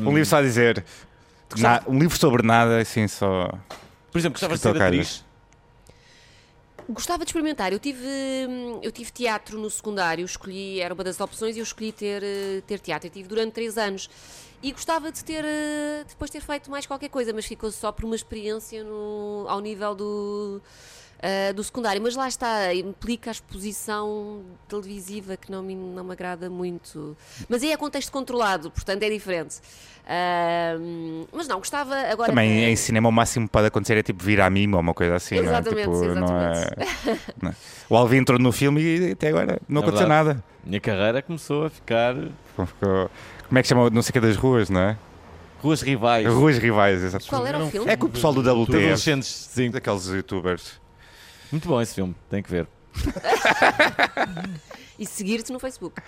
Speaker 2: Um livro só a dizer. na- um livro sobre nada, assim só.
Speaker 1: Por exemplo, gostavas de ser
Speaker 2: Escritor
Speaker 1: atriz?
Speaker 4: Gostava de experimentar. Eu tive, hum, eu tive teatro no secundário, escolhi, era uma das opções e eu escolhi ter, eh, ter teatro. Eu tive durante três anos. E gostava de ter, eh, depois ter feito mais qualquer coisa, mas ficou só por uma experiência no, ao nível do, eh, do secundário. Mas lá está, implica a exposição televisiva que não me, não me agrada muito. Mas aí é contexto controlado, portanto é diferente. Ah, hum, mas não, gostava agora.
Speaker 2: Também é
Speaker 4: eh,
Speaker 2: em cinema o máximo que pode acontecer é tipo vir a mim ou uma coisa assim,
Speaker 4: Exatamente,
Speaker 2: não é? Tipo, não é-
Speaker 4: exatamente.
Speaker 2: não é? O Alvin entrou no filme e até agora não
Speaker 1: É
Speaker 2: aconteceu
Speaker 1: verdade.
Speaker 2: nada.
Speaker 1: Minha carreira começou a ficar
Speaker 2: Ficou- Como é que chama? Não sei o que das ruas, não é?
Speaker 1: ruas rivais.
Speaker 2: Ruas rivais, exato.
Speaker 4: Qual era o filme?
Speaker 2: É com o pessoal do WTF,
Speaker 1: Adolescentes, sim.
Speaker 2: daqueles youtubers.
Speaker 1: Muito bom esse filme, tem que ver.
Speaker 4: E seguir-te no Facebook.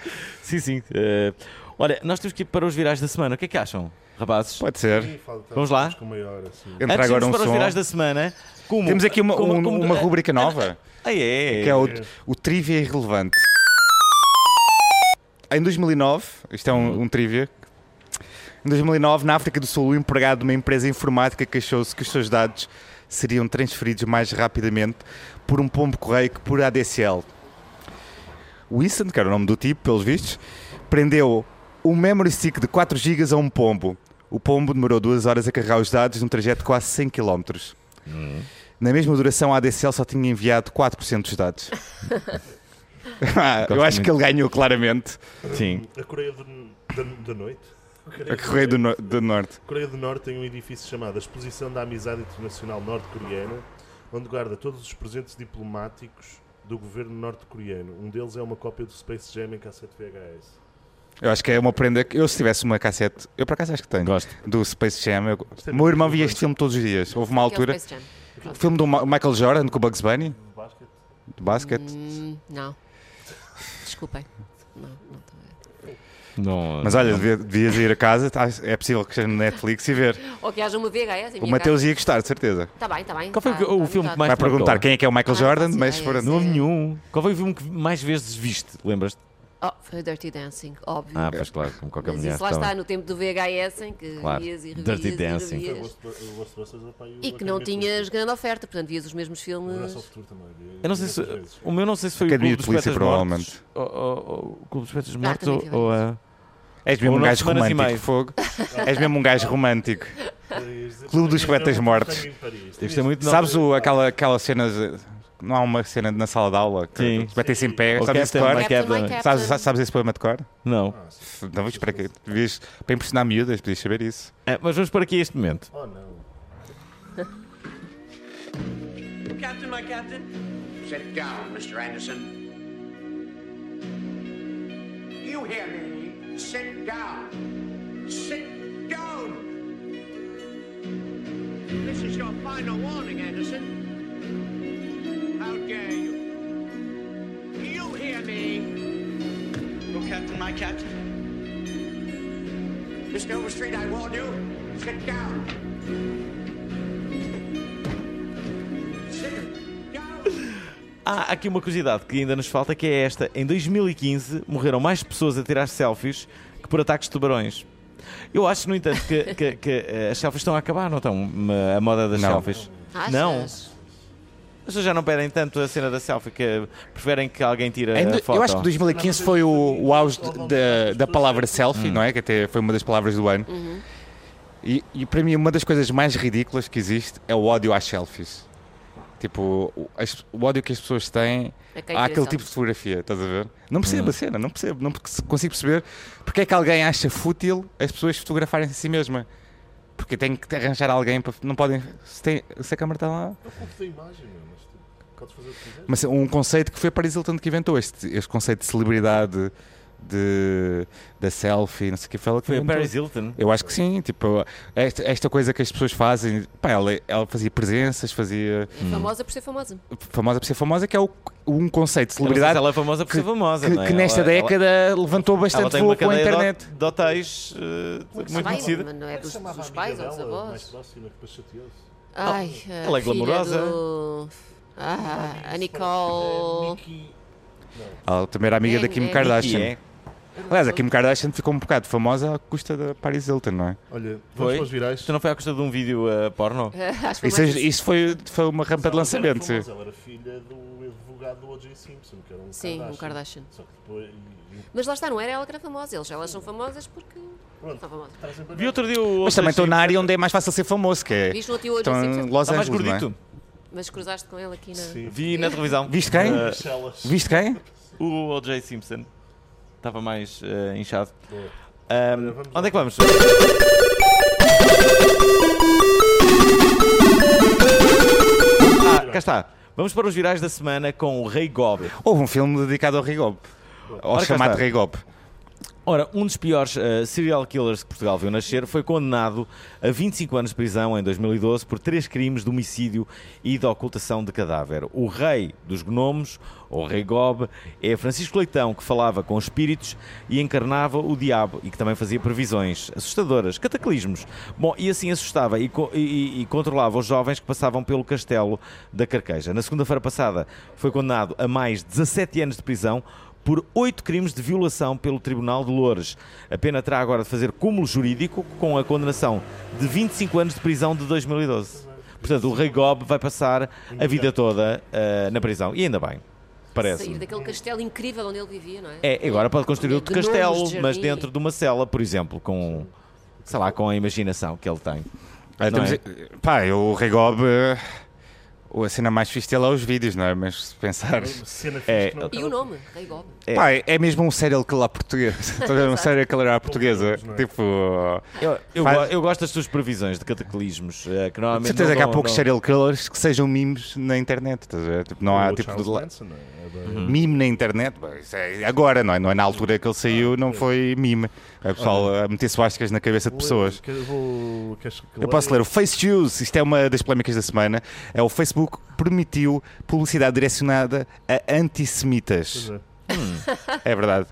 Speaker 1: Sim, sim. eh, olha, nós temos que ir para os virais da semana. O que é que acham, rapazes?
Speaker 2: Pode ser.
Speaker 1: Vamos lá?
Speaker 3: Com meia hora, assim.
Speaker 2: Entra
Speaker 1: Antes de
Speaker 2: agora um
Speaker 1: irmos para os virais
Speaker 2: som.
Speaker 1: da semana, como-
Speaker 2: Temos aqui uma,
Speaker 1: como-
Speaker 2: um-
Speaker 1: como-
Speaker 2: uma rubrica nova.
Speaker 1: Ah, é.
Speaker 2: que é o, o trivia irrelevante. Em 2009, isto é um, um trivia. Em 2009, na África do Sul, o empregado de uma empresa informática queixou-se que os seus dados seriam transferidos mais rapidamente por um pombo-correio que por ADSL. Wilson, que era o nome do tipo, pelos vistos, prendeu um memory stick de 4 GB a um pombo. O pombo demorou duas horas a carregar os dados num trajeto de quase 100 km.
Speaker 1: Hum.
Speaker 2: Na mesma duração, a ADSL só tinha enviado 4% dos dados. Ah, eu
Speaker 1: Gosto
Speaker 2: acho
Speaker 1: muito.
Speaker 2: que ele ganhou claramente
Speaker 1: Sim.
Speaker 3: A Coreia do- da, da Noite?
Speaker 2: a Correia do, Nor- do Norte.
Speaker 3: A Coreia do Norte tem um edifício chamado a Exposição da Amizade Internacional Norte-Coreana, onde guarda todos os presentes diplomáticos do governo norte-coreano. Um deles é uma cópia do Space Jam em cassete VHS.
Speaker 2: Eu acho que é uma prenda que eu, se tivesse uma cassete, eu por acaso acho que tenho,
Speaker 1: Gosto.
Speaker 2: do Space Jam. eu-
Speaker 3: é
Speaker 2: meu irmão
Speaker 3: muito
Speaker 2: via
Speaker 3: bom.
Speaker 2: este filme todos os dias. Houve uma
Speaker 4: Que é o
Speaker 2: altura.
Speaker 4: Space Jam.
Speaker 2: O filme do Ma- Michael Jordan com o Bugs Bunny,
Speaker 3: Do basquete?
Speaker 2: de basquete.
Speaker 4: Hum, não. Desculpem. Não, não estou a ver.
Speaker 1: Não,
Speaker 2: Mas olha, devia- devias ir a casa, tá- é possível que esteja no Netflix e ver.
Speaker 4: Ou que haja uma VHS em
Speaker 2: O
Speaker 4: minha
Speaker 2: Mateus ia gostar, de certeza.
Speaker 4: Está bem, está bem.
Speaker 1: Qual foi
Speaker 4: tá-
Speaker 1: o- o
Speaker 4: tá
Speaker 1: filme que
Speaker 4: anotado.
Speaker 1: mais-
Speaker 2: Vai
Speaker 1: Mas
Speaker 2: perguntar
Speaker 1: marcou.
Speaker 2: quem é que é o Michael
Speaker 4: Ah,
Speaker 2: Jordan,
Speaker 4: faço
Speaker 2: mas
Speaker 4: ideia,
Speaker 2: foram.
Speaker 1: Não houve nenhum. Qual foi o filme que mais vezes viste? Lembras-te?
Speaker 4: Oh, foi o Dirty Dancing, óbvio.
Speaker 1: Ah, pois claro, como qualquer
Speaker 4: Mas
Speaker 1: mulher. então.
Speaker 4: isso lá
Speaker 1: estava.
Speaker 4: está no tempo do VHS em que
Speaker 1: Claro.
Speaker 4: vias e revias
Speaker 1: Dirty
Speaker 4: e
Speaker 1: Dancing.
Speaker 3: Foi o
Speaker 4: revias.
Speaker 3: Ghost- o Ghostbusters, opa, o
Speaker 4: E que não
Speaker 3: Academia do
Speaker 4: tinhas
Speaker 3: Futuro.
Speaker 4: grande oferta, portanto vias os mesmos
Speaker 3: O Regresso ao
Speaker 4: filmes.
Speaker 3: Futuro também. vi
Speaker 1: Eu não sei se.
Speaker 3: muitas vezes.
Speaker 1: O meu não sei se foi
Speaker 2: Academia
Speaker 1: o Clube
Speaker 2: é de
Speaker 1: dos
Speaker 2: Polícia,
Speaker 1: Poetas Mortos. ou- ou- ou O Clube dos Poetas Mortos ou,
Speaker 4: também tive
Speaker 1: ou a.
Speaker 2: És mesmo
Speaker 1: Ou
Speaker 2: um
Speaker 1: nove
Speaker 2: gajo
Speaker 1: semanas e
Speaker 2: romântico,
Speaker 1: meio.
Speaker 2: fogo. És mesmo um gajo romântico. Clube dos Poetas Mortos.
Speaker 1: Isto é muito
Speaker 2: Sabes o, aquela, aquela cena. de- Não há uma cena na sala de aula que
Speaker 1: Sim.
Speaker 2: os metem-se em pé.
Speaker 1: O é
Speaker 2: Sabes esse de
Speaker 1: Captain
Speaker 2: cor?
Speaker 1: Mike- Captain,
Speaker 2: Sabes, sabes- sabes esse poema de cor?
Speaker 1: Não.
Speaker 2: Não vou esperar que. Devias, para impressionar miúdas, podias saber isso.
Speaker 1: É, mas vamos para aqui este momento.
Speaker 3: Oh não.
Speaker 7: Captain, my captain.
Speaker 8: Sit down, Mr. Anderson. You hear me? Sit down. Sit down. This is your final warning, Anderson. How dare you? You hear me?
Speaker 7: Oh, Captain, my captain.
Speaker 8: Mr. Overstreet, I warn you. Sit down. Sit down.
Speaker 1: Há aqui uma curiosidade que ainda nos falta, que é esta. Em 2015, morreram mais pessoas a tirar selfies que por ataques de tubarões. Eu acho, no entanto, que, que- que, eh, as selfies estão a acabar, não estão? Uma- A moda das
Speaker 2: Não.
Speaker 1: selfies.
Speaker 4: Achas?
Speaker 1: Não. As pessoas já não pedem tanto a cena da selfie, que preferem que alguém tire
Speaker 2: Em
Speaker 1: a
Speaker 2: do-
Speaker 1: foto.
Speaker 2: Eu acho que 2015 foi o, o auge de- da, da palavra selfie, não é? Que até foi uma das palavras do ano. E, e para mim, uma das coisas mais ridículas que existe é o ódio às selfies. Tipo, o, as- o ódio que as pessoas têm
Speaker 4: A quem
Speaker 2: há
Speaker 4: tira
Speaker 2: aquele tipo de fotografia, estás a ver? Não percebo a cena, não percebo, não perce- consigo perceber porque é que alguém acha fútil as pessoas fotografarem-se a si mesma. Porque tem que arranjar alguém para. Não podem. Se, tem, se a câmera está lá.
Speaker 3: É o culto da imagem, meu, mas tu podes fazer o que quiseres.
Speaker 2: Mas um conceito que foi a Paris Hilton que inventou, este, este conceito de celebridade, de, da selfie, não sei o que foi ela que
Speaker 1: Foi a
Speaker 2: inventou.
Speaker 1: Paris Hilton.
Speaker 2: Eu acho que sim, tipo, esta, esta coisa que as pessoas fazem, pá, ela, ela fazia presenças, fazia
Speaker 4: É
Speaker 1: Hum.
Speaker 4: Famosa por ser famosa.
Speaker 2: famosa por ser famosa, que é o- um conceito de
Speaker 1: Eu não sei se
Speaker 2: celebridade
Speaker 1: Ela é famosa por ser famosa.
Speaker 2: que,
Speaker 1: não é?
Speaker 2: que nesta
Speaker 1: Ela- ela-
Speaker 2: década levantou
Speaker 1: ela,
Speaker 2: bastante
Speaker 1: tem uma
Speaker 2: voo com a
Speaker 1: cadeia de-
Speaker 2: internet.
Speaker 1: de hotéis eh, muito
Speaker 4: Vai,
Speaker 1: conhecida.
Speaker 4: mas Não é dos,
Speaker 3: Chamava a
Speaker 4: dos
Speaker 3: amiga
Speaker 4: pais ou
Speaker 3: dela,
Speaker 4: dos
Speaker 3: mais
Speaker 4: avós?
Speaker 3: próxima, que depois chateou-se.
Speaker 4: Ai, a
Speaker 1: Ela é
Speaker 4: filha
Speaker 1: glamourosa.
Speaker 4: do- Ah, a Nicole.
Speaker 3: é Mickey.
Speaker 2: Ela também era amiga
Speaker 4: É,
Speaker 2: da Kim
Speaker 4: é.
Speaker 1: Que
Speaker 2: Kardashian.
Speaker 1: é.
Speaker 2: Aliás, a Kim Kardashian ficou um bocado famosa à custa da Paris Hilton, não é?
Speaker 3: Olha,
Speaker 1: Foi?
Speaker 3: vamos para os virais.
Speaker 1: Isto não foi à custa de um vídeo eh, porno?
Speaker 4: Acho
Speaker 2: Isso,
Speaker 4: que
Speaker 1: é
Speaker 2: é,
Speaker 4: foi mais
Speaker 2: isso foi, foi uma rampa de
Speaker 3: Ela era
Speaker 2: lançamento.
Speaker 3: famosa, Ela era filha do advogado do O.J. Simpson, que era um
Speaker 4: Sim,
Speaker 3: Kardashian.
Speaker 4: um Kardashian.
Speaker 3: Só que depois... e- e-
Speaker 4: Mas lá está, não era ela que era famosa. Eles, elas são famosas porque
Speaker 3: Pronto.
Speaker 4: são famosas.
Speaker 2: É.
Speaker 3: estás em
Speaker 1: Vi outro dia o.
Speaker 2: Mas também
Speaker 1: outro
Speaker 2: estou na
Speaker 1: dia-
Speaker 2: área onde é mais fácil ser famoso, que é.
Speaker 4: Viste no outro hoje,
Speaker 2: Estão
Speaker 4: assim,
Speaker 2: em
Speaker 4: portanto,
Speaker 2: Los
Speaker 1: Está Tá mais
Speaker 2: Angeles. não é?
Speaker 1: gordito.
Speaker 4: mas cruzaste com ela aqui na.
Speaker 3: Sim.
Speaker 1: Vi na televisão.
Speaker 2: Viste quem?
Speaker 1: Eh,
Speaker 3: Bruxelas.
Speaker 2: Viste quem?
Speaker 1: o O.J. Simpson. Estava mais eh, inchado.
Speaker 3: Boa.
Speaker 1: Ahm,
Speaker 3: Olha, vamos
Speaker 1: onde é que vamos? Ah, cá está. Vamos para os virais da semana com o Rei Gob.
Speaker 2: Houve um filme dedicado ao Rigob. Ao
Speaker 1: Ora, cá
Speaker 2: chamado
Speaker 1: está.
Speaker 2: Rigob.
Speaker 1: Ora, um dos piores eh, serial killers que Portugal viu nascer foi condenado a 25 anos de prisão em 2012 por três crimes de homicídio e de ocultação de cadáver. O rei dos gnomos, ou rei Gob, é Francisco Leitão, que falava com espíritos e encarnava o diabo e que também fazia previsões assustadoras, cataclismos. Bom, e assim assustava e, co- e- e controlava os jovens que passavam pelo castelo da Carqueja. Na segunda-feira passada foi condenado a mais 17 anos de prisão por oito crimes de violação pelo Tribunal de Loures. A pena terá agora de fazer cúmulo jurídico com a condenação de 25 anos de prisão de 2012. Portanto, o Rei Gob vai passar a vida toda ah, na prisão. E ainda bem,
Speaker 4: Sair
Speaker 1: parece-me.
Speaker 4: daquele castelo incrível onde ele vivia, não é?
Speaker 1: É, agora pode construir outro
Speaker 4: Gnomos de
Speaker 1: castelo,
Speaker 4: jardim.
Speaker 1: mas dentro de uma cela, por exemplo, com, sei lá, com a imaginação que ele tem.
Speaker 2: Ah,
Speaker 1: Não é?
Speaker 2: estamos a- Pá, eu, o Rigob. eh, A cena mais fixe dele é os vídeos, não é? Mas se pensar.
Speaker 3: Uma cena fixe
Speaker 1: É,
Speaker 3: que não
Speaker 4: E o nome? Rei Gob.
Speaker 1: É.
Speaker 2: Pá, é é mesmo um serial killer à portuguesa. Estás a ver? um serial killer à portuguesa.
Speaker 3: Não é?
Speaker 2: Tipo.
Speaker 1: Eu, eu
Speaker 2: Faz-
Speaker 1: go- eu gosto das suas previsões de cataclismos, eh, que
Speaker 2: De
Speaker 1: normalmente.
Speaker 2: certeza
Speaker 1: não
Speaker 2: que há
Speaker 1: dão-
Speaker 2: poucos
Speaker 1: não-
Speaker 2: serial killers que sejam memes na internet. Estás a ver? Tipo, não há
Speaker 3: O
Speaker 2: tipo.
Speaker 3: Charles
Speaker 2: de la- Uhum.
Speaker 3: Manson, não é? É da-
Speaker 2: Mime na internet, bem, isso é agora, não é? Não é na altura que ele
Speaker 3: Ah,
Speaker 2: saiu, não foi mime. É pessoal a meter suásticas na cabeça de pessoas.
Speaker 3: Que eu vou- queres que
Speaker 2: Eu posso ler o Face Choose, isto é uma das polémicas da semana. É o Facebook permitiu publicidade direcionada a antissemitas.
Speaker 3: Pois é.
Speaker 2: É verdade.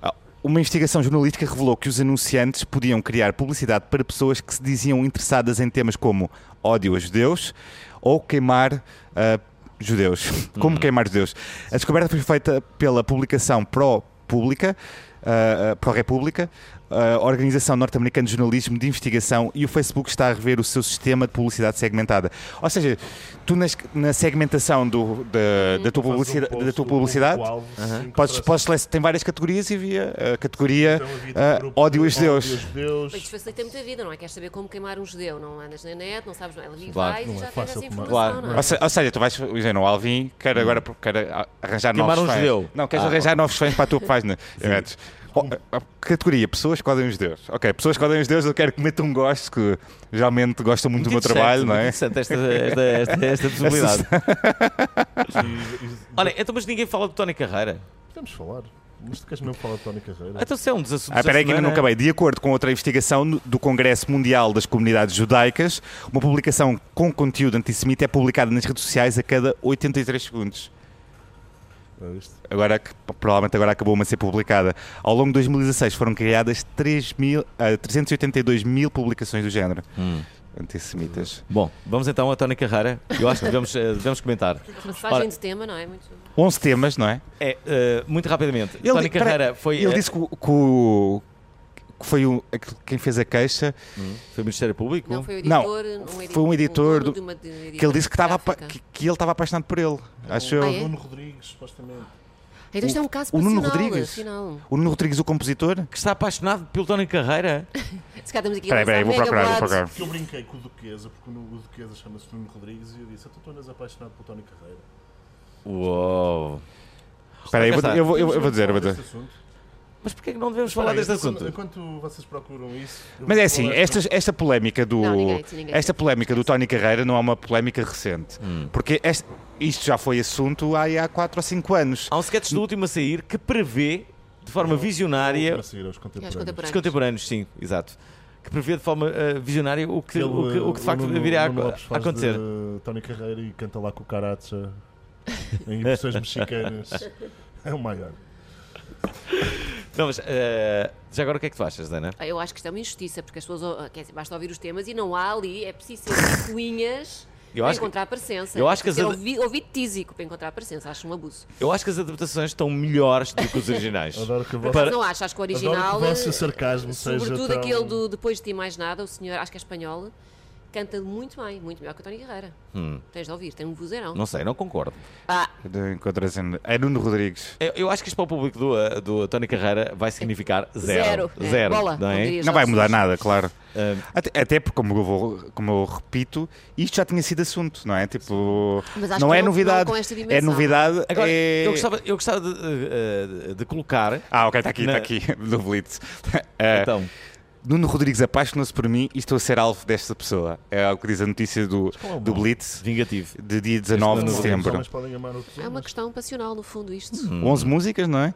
Speaker 2: Ah, Uma investigação jornalística revelou que os anunciantes podiam criar publicidade para pessoas que se diziam interessadas em temas como ódio a judeus ou queimar ah, judeus. Como queimar judeus. A descoberta foi feita pela publicação Pro Pública ah, ah, para a República, a Organização Norte-Americana de Jornalismo de Investigação e o Facebook está a rever o seu sistema de publicidade segmentada. Ou seja, tu nas- na segmentação do- da, da tua
Speaker 3: um
Speaker 2: publicidade, da tua publicidade Uhum. podes, podes selecionar- tem várias categorias e via a
Speaker 3: é
Speaker 2: categoria
Speaker 3: Então tipo
Speaker 2: ah, ódio a judeus.
Speaker 4: Mas isso facilita muito a vida, não é? Queres saber como queimar um judeu? Não andas na net, não sabes, não é? Ali
Speaker 1: Claro,
Speaker 4: vais
Speaker 3: não
Speaker 4: e
Speaker 3: é
Speaker 4: já tens
Speaker 3: fácil
Speaker 4: essa
Speaker 3: como-
Speaker 4: informação,
Speaker 1: Claro,
Speaker 4: não é?
Speaker 2: Ou se- ou seja, tu vais, imagina, o Alvin quer agora quer arranjar
Speaker 1: Queimar
Speaker 2: novos
Speaker 1: um
Speaker 2: fãs.
Speaker 1: judeu.
Speaker 2: Não, queres
Speaker 1: Ah,
Speaker 2: arranjar novos fãs para a tua página. Eu metes, ó, ó, oh, categoria, pessoas que odeiam os deuses. Ok, pessoas que odeiam os deuses, eu quero que metam um gosto, que geralmente gostam muito, do meu
Speaker 1: Interessante,
Speaker 2: trabalho, não
Speaker 1: muito
Speaker 2: é?
Speaker 1: Interessante tipo esta, esta, esta, esta possibilidade. Olha, então, mas ninguém fala de Tony Carreira.
Speaker 3: Podemos falar. Mas tu queres mesmo falar de Tony Carreira?
Speaker 1: Então, se é um dos assuntos.
Speaker 2: Ah, espera aí que
Speaker 1: da
Speaker 2: ainda não
Speaker 1: semana-
Speaker 2: acabei. De acordo com outra investigação do Congresso Mundial das Comunidades Judaicas, uma publicação com conteúdo antissemita é publicada nas redes sociais a cada 83 segundos.
Speaker 3: Ah, isto.
Speaker 2: agora que provavelmente agora acabou uma de ser publicada. Ao longo de 2016 foram criadas 3 mil, ah, 382 mil publicações do género
Speaker 1: Hum.
Speaker 2: antissemitas.
Speaker 1: Bom, vamos então a Tony Carreira. Eu acho que devemos, eh, devemos comentar.
Speaker 4: Passagem
Speaker 1: Ora-
Speaker 4: de tema, não é? Muito...
Speaker 2: 11 temas, não é?
Speaker 1: É, eh, muito rapidamente.
Speaker 2: Ele
Speaker 1: Tony
Speaker 2: di- peraí,
Speaker 1: Carreira foi,
Speaker 2: Ele
Speaker 1: eh,
Speaker 2: disse que, o- que o- que foi o- aquele- quem fez a queixa,
Speaker 1: foi o Ministério Público.
Speaker 4: Não, foi o
Speaker 2: Não,
Speaker 4: editor, um editor,
Speaker 2: foi um editor
Speaker 4: dono
Speaker 2: do-
Speaker 4: de uma de- editora
Speaker 2: que ele disse que, estava, apa-
Speaker 4: gráfica.
Speaker 2: que, que ele estava apaixonado por ele. Acho eu.
Speaker 4: Ah, é?
Speaker 3: Nuno Rodrigues, supostamente.
Speaker 4: Então isto é um caso
Speaker 2: o Nuno
Speaker 4: passional,
Speaker 2: Rodrigues?
Speaker 4: afinal.
Speaker 2: O Nuno Rodrigues, o compositor?
Speaker 1: Que está apaixonado pelo Tony Carreira.
Speaker 4: Se calhar estamos aqui
Speaker 2: Espera aí,
Speaker 4: a
Speaker 2: espera aí,
Speaker 4: lançar
Speaker 2: vou procurar, vou
Speaker 4: mega
Speaker 2: procurar.
Speaker 3: Que eu brinquei com o Duquesa, porque o Nuno- o Duquesa chama-se Nuno Rodrigues e eu disse: "Então, Tu andas apaixonado pelo Tony Carreira.
Speaker 1: Uau.
Speaker 2: Espera aí, eu vou- eu vou- eu
Speaker 3: Podemos
Speaker 2: vou- eu vou dizer. eu
Speaker 3: falar
Speaker 2: vou dizer.
Speaker 3: deste assunto?
Speaker 1: Mas porquê que não devemos falar
Speaker 3: Espera aí,
Speaker 1: deste assunto?
Speaker 3: enquanto- Enquanto vocês procuram isso. eu
Speaker 2: Mas
Speaker 3: vou
Speaker 2: é assim,
Speaker 3: falar
Speaker 2: esta,
Speaker 3: sobre-
Speaker 2: esta polémica do.
Speaker 4: Não, ninguém, sim, ninguém.
Speaker 2: esta polémica do Tony Carreira não é uma polémica recente.
Speaker 1: Hum.
Speaker 2: Porque este- isto já foi assunto há, há 4 ou 5 anos.
Speaker 1: Há um sketch do último a sair que prevê, de forma visionária,
Speaker 3: Para seguir aos
Speaker 4: Aos
Speaker 3: contemporâneos.
Speaker 1: os
Speaker 4: contemporâneos.
Speaker 1: contemporâneos, sim, exato. Que prevê de forma eh, visionária o que, o que, o que de facto viria a, a acontecer.
Speaker 3: Tony Carreira e canta lá com o Caracha em impressões mexicanas. É o maior.
Speaker 1: Não, mas eh, já agora o que é que tu achas, Dana?
Speaker 4: Ah, Eu acho que isto é uma injustiça, porque as pessoas, oh, quer dizer, basta ouvir os temas e não há ali, é preciso ser picuinhas
Speaker 1: Eu
Speaker 4: para
Speaker 1: acho que-
Speaker 4: encontrar a presença.
Speaker 1: eu acho que
Speaker 4: É preciso
Speaker 1: as-
Speaker 4: ter ouvi- ouvido tísico para encontrar a presença, acho um abuso.
Speaker 1: Eu acho que as adaptações estão melhores do que os originais.
Speaker 3: Adoro que o vosso,
Speaker 1: Para-
Speaker 4: Mas não acho, acho que o
Speaker 3: adoro
Speaker 4: original,
Speaker 3: que o vosso
Speaker 4: eh,
Speaker 3: sarcasmo seja
Speaker 4: sobretudo
Speaker 3: tão...
Speaker 4: aquele do Depois de Ti Mais Nada, o senhor, acho que é espanhol, canta muito bem, muito melhor que o Tony Guerreira. Tens de ouvir, tem um vozeirão.
Speaker 1: Não sei, não concordo.
Speaker 4: Ah,
Speaker 2: Do encontro a cena- É Nuno Rodrigues.
Speaker 1: Eu, eu acho que isto para o público do, eh, do Tony Carreira vai significar zero.
Speaker 4: Zero. É, bola,
Speaker 1: não
Speaker 4: não
Speaker 1: é?
Speaker 4: diria.
Speaker 2: Não vai
Speaker 4: Jorge
Speaker 2: mudar
Speaker 4: Sousa.
Speaker 2: nada, claro.
Speaker 1: Ah,
Speaker 2: Até, até porque, como eu, vou- como eu repito, isto já tinha sido assunto, não é? Tipo,
Speaker 4: Mas acho
Speaker 2: não
Speaker 4: que
Speaker 2: é
Speaker 4: não- não
Speaker 2: novidade.
Speaker 4: com esta dimensão.
Speaker 2: é novidade.
Speaker 1: Agora,
Speaker 2: é-
Speaker 1: eu gostava, eu gostava de, eh, eh, de colocar.
Speaker 2: Ah, ok, está aqui, está
Speaker 1: Na-
Speaker 2: aqui, do Blitz. Ah,
Speaker 1: Então,
Speaker 2: Nuno Rodrigues apaixonou-se por mim e estou a ser alvo desta pessoa. É o que diz a notícia do,
Speaker 3: qual é o
Speaker 2: do
Speaker 3: mal?
Speaker 2: Blitz
Speaker 1: vingativo.
Speaker 2: de dia 19 de
Speaker 1: Nuno
Speaker 3: Os
Speaker 2: setembro.
Speaker 3: homens podem amar o que
Speaker 4: é uma
Speaker 3: mas-
Speaker 4: questão passional, no fundo, isto.
Speaker 2: 11 músicas, não é?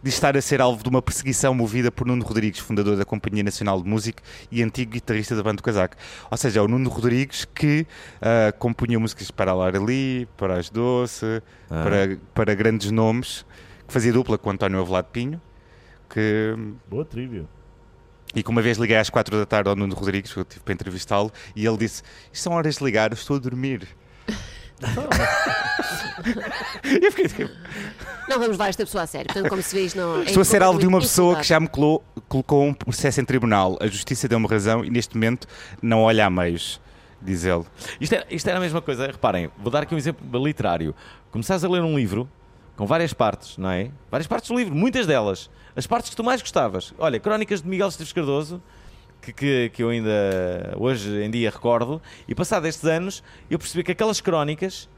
Speaker 2: De estar a ser alvo de uma perseguição movida por Nuno Rodrigues, fundador da Companhia Nacional de Música e antigo guitarrista da banda do Casaco. Ou seja, é o Nuno Rodrigues que ah, compunha músicas para a Laura Lee, para as Doce, para, para grandes nomes, que fazia dupla com António Avelado Pinho. Que,
Speaker 3: Boa trivia.
Speaker 2: e que uma vez liguei às 4 da tarde ao Nuno Rodrigues, que eu tive para entrevistá-lo, e ele disse: Isto são horas de ligar, eu estou a dormir. e eu fiquei tipo,
Speaker 4: Não vamos levar esta pessoa a sério, portanto, como se vê, isto não... é
Speaker 2: Estou a ser alvo de uma pessoa que
Speaker 4: insultante.
Speaker 2: já me colou- colocou um processo em tribunal. A justiça deu-me razão e neste momento não olha a meios, diz ele.
Speaker 1: Isto era, isto era a mesma coisa, reparem, vou dar aqui um exemplo literário. Começares a ler um livro com várias partes, não é? Várias partes do livro, muitas delas. As partes que tu mais gostavas. Olha, Crónicas de Miguel Esteves Cardoso, que, que, que eu ainda hoje em dia recordo, e passado estes anos eu percebi que aquelas crónicas.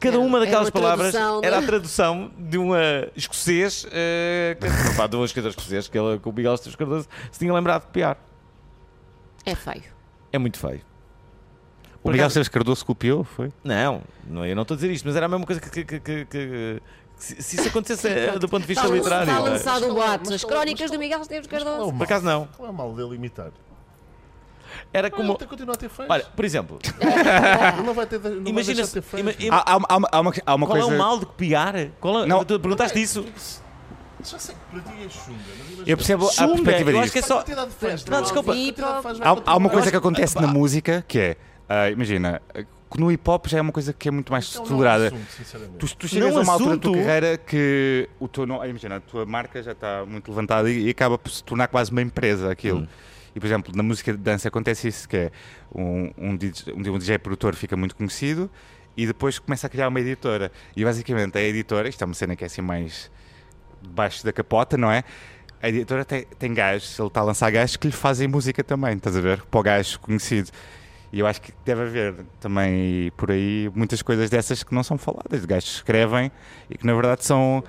Speaker 1: Cada
Speaker 4: Era-
Speaker 1: uma
Speaker 4: era
Speaker 1: daquelas
Speaker 4: uma
Speaker 1: palavras
Speaker 4: tradução, não é?
Speaker 1: era a tradução de um eh, escocês, eh, que, pá, de um escritor escocês que, ele- que o Miguel Esteves Cardoso se tinha lembrado de copiar.
Speaker 4: É feio.
Speaker 1: É muito feio.
Speaker 2: O
Speaker 1: Por
Speaker 2: Miguel
Speaker 1: acaso-
Speaker 2: Esteves Cardoso copiou, foi?
Speaker 1: Não, não, eu não estou a dizer isto, mas era a mesma coisa que. que- que- que- que- se, se isso acontecesse eh, do ponto de vista
Speaker 4: Está
Speaker 1: literário.
Speaker 4: está
Speaker 1: não é?
Speaker 4: lançado o
Speaker 3: Mas
Speaker 4: boato. As
Speaker 3: está-
Speaker 4: crónicas
Speaker 3: mas
Speaker 4: do Miguel Esteves Cardoso.
Speaker 1: Por acaso não.
Speaker 3: Qual é o mal dele imitar?
Speaker 1: Era
Speaker 3: Como...
Speaker 1: como.
Speaker 3: Ele continua a ter fãs.
Speaker 1: Olha, por exemplo,
Speaker 3: ele não vai ter, não vai deixar de
Speaker 1: imagina-se.
Speaker 3: ter fãs.
Speaker 1: ima- ima-
Speaker 2: Há, há uma- há uma- há uma, há Ah, uma
Speaker 1: qual
Speaker 2: coisa.
Speaker 1: é o mal de copiar? Qual é-
Speaker 2: Não.
Speaker 1: Tu perguntaste isso?
Speaker 3: Já sei que para ti é chunga, mas imagina-
Speaker 2: Eu percebo a
Speaker 1: Chunga,
Speaker 2: perspectiva
Speaker 1: eu
Speaker 2: disso.
Speaker 1: acho que é só.
Speaker 3: A quantidade de fãs
Speaker 1: Não, desculpa.
Speaker 3: A quantidade de fãs vai
Speaker 2: Há, há
Speaker 3: continuar.
Speaker 2: uma
Speaker 1: acho
Speaker 2: coisa que
Speaker 1: que-
Speaker 2: acontece na música que é. ah, imagina, que no hip hop já é uma coisa que é muito mais
Speaker 3: É um
Speaker 2: tolerada.
Speaker 3: assunto, sinceramente.
Speaker 2: Tu, tu chegas
Speaker 1: Não
Speaker 2: a uma altura da tua
Speaker 1: assunto.
Speaker 2: carreira que o teu nome, imagina, a tua marca já está muito levantada e, e acaba por se tornar quase uma empresa aquilo.
Speaker 1: Hum.
Speaker 2: E, por exemplo, na música de dança acontece isso, que é um, um, DJ, um, um DJ produtor fica muito conhecido e depois começa a criar uma editora. E basicamente a editora, isto é uma cena que é assim mais debaixo da capota, não é? A editora tem, tem gajos, ele está a lançar gajos que lhe fazem música também, estás a ver? Para o gajo conhecido. E eu acho que deve haver também por aí muitas coisas dessas que não são faladas, de gajos que escrevem e que na verdade são,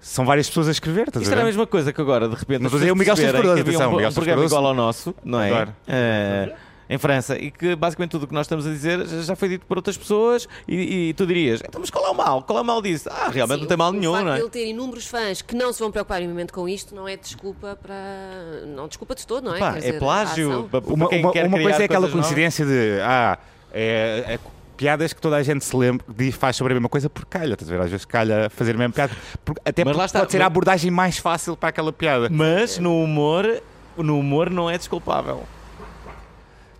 Speaker 2: são várias pessoas a escrever, estás
Speaker 1: Isto
Speaker 2: a
Speaker 1: era a
Speaker 2: ver?
Speaker 1: mesma coisa que agora, de repente,
Speaker 2: Não
Speaker 1: as
Speaker 2: estou a dizer o
Speaker 1: pessoas
Speaker 2: Miguel Sousa
Speaker 1: perceberem
Speaker 2: Cardoso,
Speaker 1: que havia
Speaker 2: atenção,
Speaker 1: um,
Speaker 2: o Miguel
Speaker 1: um
Speaker 2: Sousa
Speaker 1: programa
Speaker 2: Cardoso.
Speaker 1: igual ao nosso, não é?
Speaker 2: Adoro.
Speaker 1: Eh, em França, e que basicamente tudo o que nós estamos a dizer já já foi dito por outras pessoas, e, e tu dirias, então, mas qual é o mal? Qual é o mal disso? Ah, realmente
Speaker 4: Sim,
Speaker 1: não tem mal
Speaker 4: o-
Speaker 1: nenhum,
Speaker 4: o facto
Speaker 1: não
Speaker 4: de
Speaker 1: é?
Speaker 4: ele ter inúmeros fãs que não se vão preocupar minimamente com isto não é desculpa para. Não desculpa de todo, não é?
Speaker 1: Pá,
Speaker 4: Quer
Speaker 1: é
Speaker 4: dizer, a
Speaker 1: plágio.
Speaker 4: ação.
Speaker 1: para- para
Speaker 2: Uma,
Speaker 1: quem
Speaker 2: uma-
Speaker 1: quer
Speaker 2: uma
Speaker 1: criar
Speaker 2: coisa é aquela
Speaker 1: coisas novas.
Speaker 2: coincidência de ah, é- é co- piadas que toda a gente se lembra de faz sobre a mesma coisa porque calha, estás a ver? Às vezes calha fazer a mesma piada, porque- até
Speaker 1: Mas
Speaker 2: porque
Speaker 1: lá está,
Speaker 2: pode ser a
Speaker 1: mas-
Speaker 2: abordagem mais fácil para aquela piada.
Speaker 1: Mas no humor, no humor não é desculpável.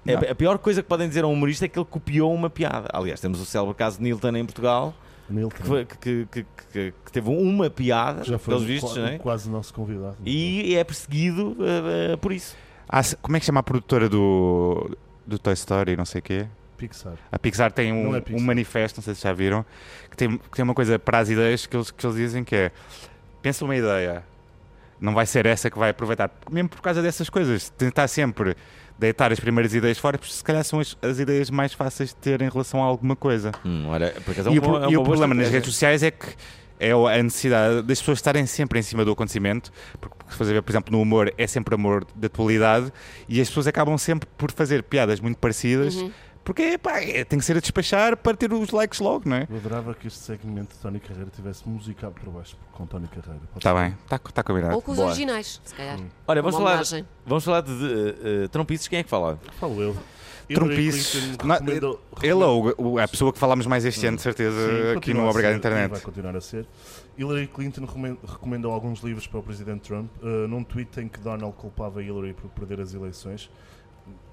Speaker 1: É,
Speaker 2: Não.
Speaker 1: A pior coisa que podem dizer a um humorista é que ele copiou uma piada. Aliás, temos o célebre caso de Nilton em Portugal,
Speaker 3: Milton,
Speaker 1: que, foi- que- que- que- que teve uma piada,
Speaker 3: já foi
Speaker 1: pelos
Speaker 3: um
Speaker 1: vistos,
Speaker 3: qua-
Speaker 1: não é?
Speaker 3: quase nosso convidado.
Speaker 1: e é perseguido eh, eh, por isso.
Speaker 2: Há- como é que chama a produtora do, do Toy Story, não sei o quê?
Speaker 3: Pixar.
Speaker 2: A Pixar tem um,
Speaker 3: Não é Pixar.
Speaker 2: um manifesto, não sei se já viram, que tem, que tem uma coisa para as ideias que eles, que eles dizem que é pensa uma ideia, não vai ser essa que vai aproveitar. Mesmo por causa dessas coisas, tentar sempre deitar as primeiras ideias fora, porque se calhar são as, as ideias mais fáceis de ter em relação a alguma coisa.
Speaker 1: olha, por acaso é um
Speaker 2: e o, pro- e o problema nas redes sociais é que é o- a necessidade das pessoas estarem sempre em cima do acontecimento, porque porque se fazer, ver, por exemplo, no humor é sempre amor de atualidade e as pessoas acabam sempre por fazer piadas muito parecidas. Porque pá, é- tem que ser a despachar para ter os likes logo, não é?
Speaker 3: Eu adorava que este segmento de Tony Carreira tivesse musicado para baixo com Tony Carreira. Pode
Speaker 2: Está
Speaker 3: ser?
Speaker 2: bem, está tá combinado.
Speaker 4: Ou com os
Speaker 1: Boa.
Speaker 4: originais, se calhar.
Speaker 1: Olha, Hum. vamos
Speaker 4: Uma
Speaker 1: falar,
Speaker 4: homenagem.
Speaker 1: vamos falar de eh, eh, trompices. Quem é que fala?
Speaker 3: Falo eu.
Speaker 2: Trompices.
Speaker 3: Hillary Clinton
Speaker 2: Não,
Speaker 3: recomendou-
Speaker 2: Ele é o- o- a pessoa que falámos mais este ano, de certeza,
Speaker 3: Sim,
Speaker 2: eh, aqui
Speaker 3: continua
Speaker 2: no
Speaker 3: a
Speaker 2: Obrigado
Speaker 3: ser,
Speaker 2: Internet.
Speaker 3: Vai continuar a ser. Hillary Clinton recomen- recomendou alguns livros para o presidente Trump eh, num tweet em que Donald culpava Hillary por perder as eleições.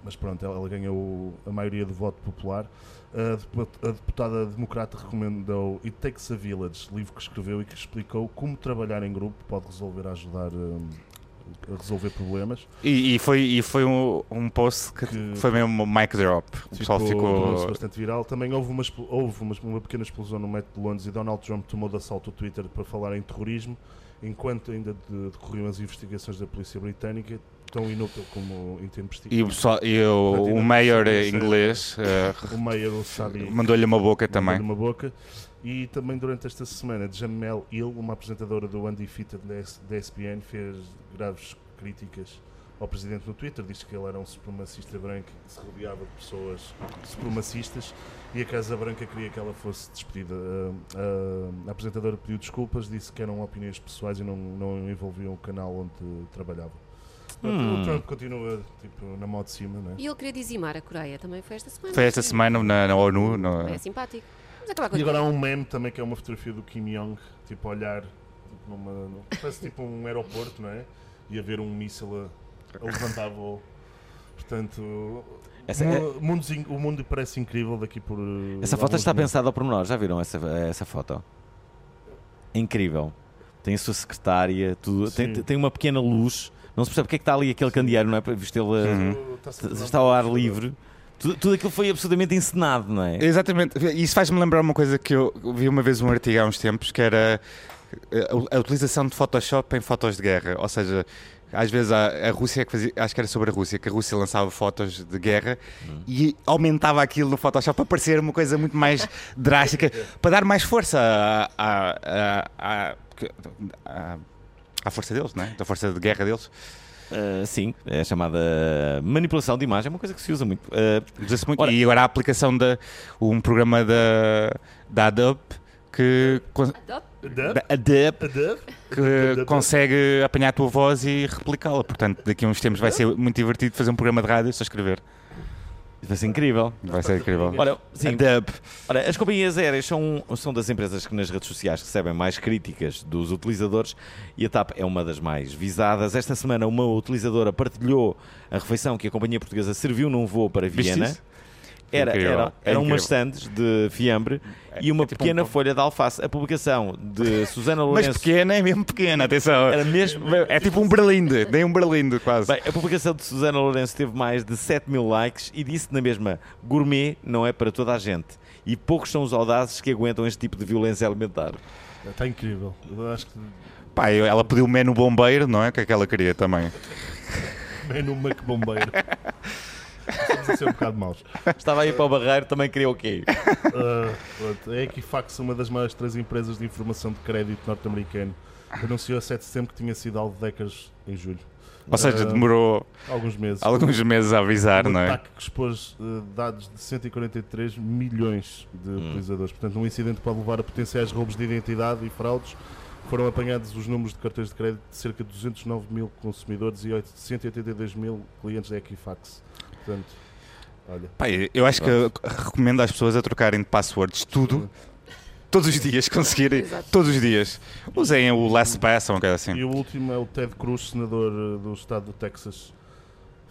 Speaker 3: Mas pronto, ela, ela ganhou o- a maioria do voto popular. A depu- a deputada democrata recomendou It Takes a Village, livro que escreveu e que explicou como trabalhar em grupo pode resolver ajudar eh, a resolver problemas.
Speaker 2: E, e foi, e foi um, um post que,
Speaker 3: Que-
Speaker 2: foi mesmo um mic drop. O pessoal
Speaker 3: tornou-se
Speaker 2: ficou.
Speaker 3: bastante viral. Também houve, uma, expl- houve uma, uma pequena explosão no metro de Londres e Donald Trump tomou de assalto o Twitter para falar em terrorismo, enquanto ainda de- decorriam as investigações da polícia britânica, tão inútil como intempestivo.
Speaker 2: E o, pessoal, e o, o mayor inglês eh,
Speaker 3: O Mayer, o Sabi,
Speaker 2: Mandou-lhe uma boca também.
Speaker 3: uma boca. E também durante esta semana, Jamel Hill, uma apresentadora do Undefeated da S- da ESPN, fez graves críticas ao presidente no Twitter. Diz que ele era um supremacista branco que se rodeava de pessoas supremacistas e a Casa Branca queria que ela fosse despedida. Ah, ah, a apresentadora pediu desculpas, disse que eram opiniões pessoais e não, não envolviam o canal onde trabalhava. Portanto, O Trump continua tipo, na mão de cima, né?
Speaker 4: E ele queria dizimar a Coreia também foi esta semana.
Speaker 2: Foi esta
Speaker 4: Sim.
Speaker 2: semana na, na ONU. no-
Speaker 4: É simpático. Vamos acabar com
Speaker 3: E
Speaker 4: isto.
Speaker 3: agora há um meme também que é uma fotografia do Kim Jong, tipo a olhar tipo, numa, num- parece tipo um aeroporto, não é? E a ver um míssil a, a levantar voo. Portanto,
Speaker 1: Essa-
Speaker 3: mu-
Speaker 1: é-
Speaker 3: mundos in- o mundo parece incrível daqui por. uh,
Speaker 1: Essa foto
Speaker 3: alguns
Speaker 1: está
Speaker 3: meses.
Speaker 1: pensada ao pormenor, já viram essa, essa foto? Incrível. Tem a sua secretária, tudo. Tem,
Speaker 3: Sim.
Speaker 1: tem uma pequena luz. Não se percebe porque é que está ali aquele candeeiro, não é? Para Visto ele eh,
Speaker 3: Está-se a tornar
Speaker 1: está ao ar
Speaker 3: muito
Speaker 1: livre. Tudo, tudo aquilo foi absolutamente encenado, não é?
Speaker 2: Exatamente. Isso faz-me lembrar uma coisa que eu vi uma vez um artigo há uns tempos que era eh, a, a utilização de Photoshop em fotos de guerra. Ou seja, às vezes a, a Rússia que fazia, acho que era sobre a Rússia, que a Rússia lançava fotos de guerra e aumentava aquilo no Photoshop para parecer uma coisa muito mais drástica, para dar mais força à- à- à- à- porque- à- à força deles, não é? Da força de guerra deles.
Speaker 1: Eh, sim, é chamada manipulação de imagem, é uma coisa que se usa muito. Eh,
Speaker 2: Usa-se muito.
Speaker 1: Ora-
Speaker 2: e agora a aplicação de um programa da, da Adobe que, con-
Speaker 3: Dup,
Speaker 2: da Adobe,
Speaker 3: dup.
Speaker 2: que consegue apanhar a tua voz e replicá-la. Portanto, daqui a uns tempos vai ser muito divertido fazer um programa de rádio só escrever.
Speaker 1: vai ser incrível.
Speaker 2: Vai ser incrível.
Speaker 1: Olha, sim,
Speaker 2: Adobe.
Speaker 1: Ora, as companhias aéreas são, são das empresas que nas redes sociais recebem mais críticas dos utilizadores e a TAP é uma das mais visadas. Esta semana, uma utilizadora partilhou a refeição que a companhia portuguesa serviu num voo para
Speaker 2: Viste
Speaker 1: Viena.
Speaker 2: isso?
Speaker 1: Era,
Speaker 2: Incrível,
Speaker 1: era-
Speaker 2: é
Speaker 1: eram umas
Speaker 2: incrível.
Speaker 1: sandes de fiambre e uma
Speaker 2: é tipo
Speaker 1: pequena
Speaker 2: um pão.
Speaker 1: folha de alface. A publicação de Susana
Speaker 2: Mas
Speaker 1: Lourenço.
Speaker 2: pequena é mesmo pequena, atenção.
Speaker 1: Era mesmo.
Speaker 2: É tipo um berlinde, nem um berlinde quase.
Speaker 1: Bem, a publicação de Susana Lourenço teve mais de 7 mil likes e disse na mesma: gourmet não é para toda a gente. E poucos são os audazes que aguentam este tipo de violência alimentar.
Speaker 3: Está incrível. Eu acho que
Speaker 2: Pá, eu- ela pediu menu bombeiro, não é? O que é que ela queria também?
Speaker 3: bem é no Mac Bombeiro. Estamos a ser um bocado maus.
Speaker 1: Estava aí para o barreiro, também queria o quê?
Speaker 3: Ah, pronto. a Equifax, uma das maiores três empresas de informação de crédito norte-americano, anunciou a 7 de setembro que tinha sido alvo de décadas em julho.
Speaker 2: Ou seja,
Speaker 3: Ah,
Speaker 2: demorou
Speaker 3: Alguns meses.
Speaker 2: alguns meses a avisar,
Speaker 3: um
Speaker 2: não é?
Speaker 3: ataque que expôs eh, dados de 143 milhões de utilizadores. Portanto, um incidente pode levar a potenciais roubos de identidade e fraudes. Foram apanhados os números de cartões de crédito de cerca de 209 mil consumidores e 182 mil clientes da Equifax. Portanto, olha.
Speaker 2: Pá, eu acho que eu recomendo às pessoas a trocarem de passwords tudo. Todos os dias, conseguirem. Todos os dias. Usem o LastPass ou uma coisa
Speaker 3: E
Speaker 2: assim.
Speaker 3: o último é o Ted Cruz, senador eh, do estado do Texas.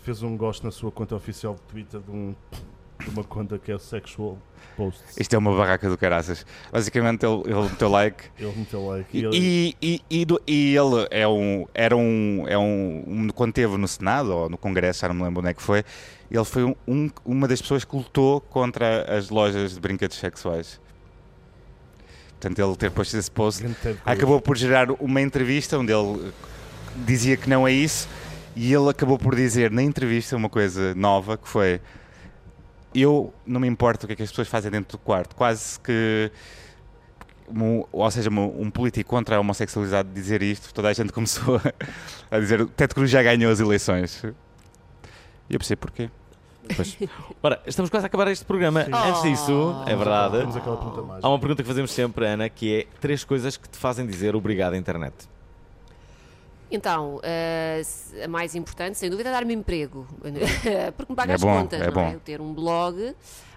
Speaker 3: Fez um gosto na sua conta oficial de Twitter de, um- de uma conta que é o Sexual Posts.
Speaker 2: Isto é uma barraca do caraças. Basicamente, ele, ele meteu like.
Speaker 3: Ele meteu like. e ele-
Speaker 2: E, e, e do- e ele é um, era um, é um, um- Quando teve no Senado ou no Congresso, já não me lembro onde é que foi, ele foi um- um- uma das pessoas que lutou contra as lojas de brinquedos sexuais. Portanto, ele ter posto esse post
Speaker 3: Grande Ted Cruz.
Speaker 2: acabou por gerar uma entrevista onde ele eh, dizia que não é isso e ele acabou por dizer na entrevista uma coisa nova que foi eu não me importo o que é que as pessoas fazem dentro do quarto quase que um- ou seja, um, um político contra a homossexualidade dizer isto, toda a gente começou a, a dizer Ted Cruz já ganhou as eleições e eu percebi porquê
Speaker 1: Ora, estamos quase a acabar este programa. Antes disso, é verdade,
Speaker 3: Temos aquela pergunta mais.
Speaker 1: há uma pergunta que fazemos sempre, Ana, que é três coisas que te fazem dizer obrigado à internet.
Speaker 4: Então, eh, se- a mais importante, sem dúvida, é dar-me emprego. Porque me paga
Speaker 2: É
Speaker 4: as
Speaker 2: bom,
Speaker 4: contas,
Speaker 2: é
Speaker 4: não
Speaker 2: bom.
Speaker 4: é? Eu ter um blog,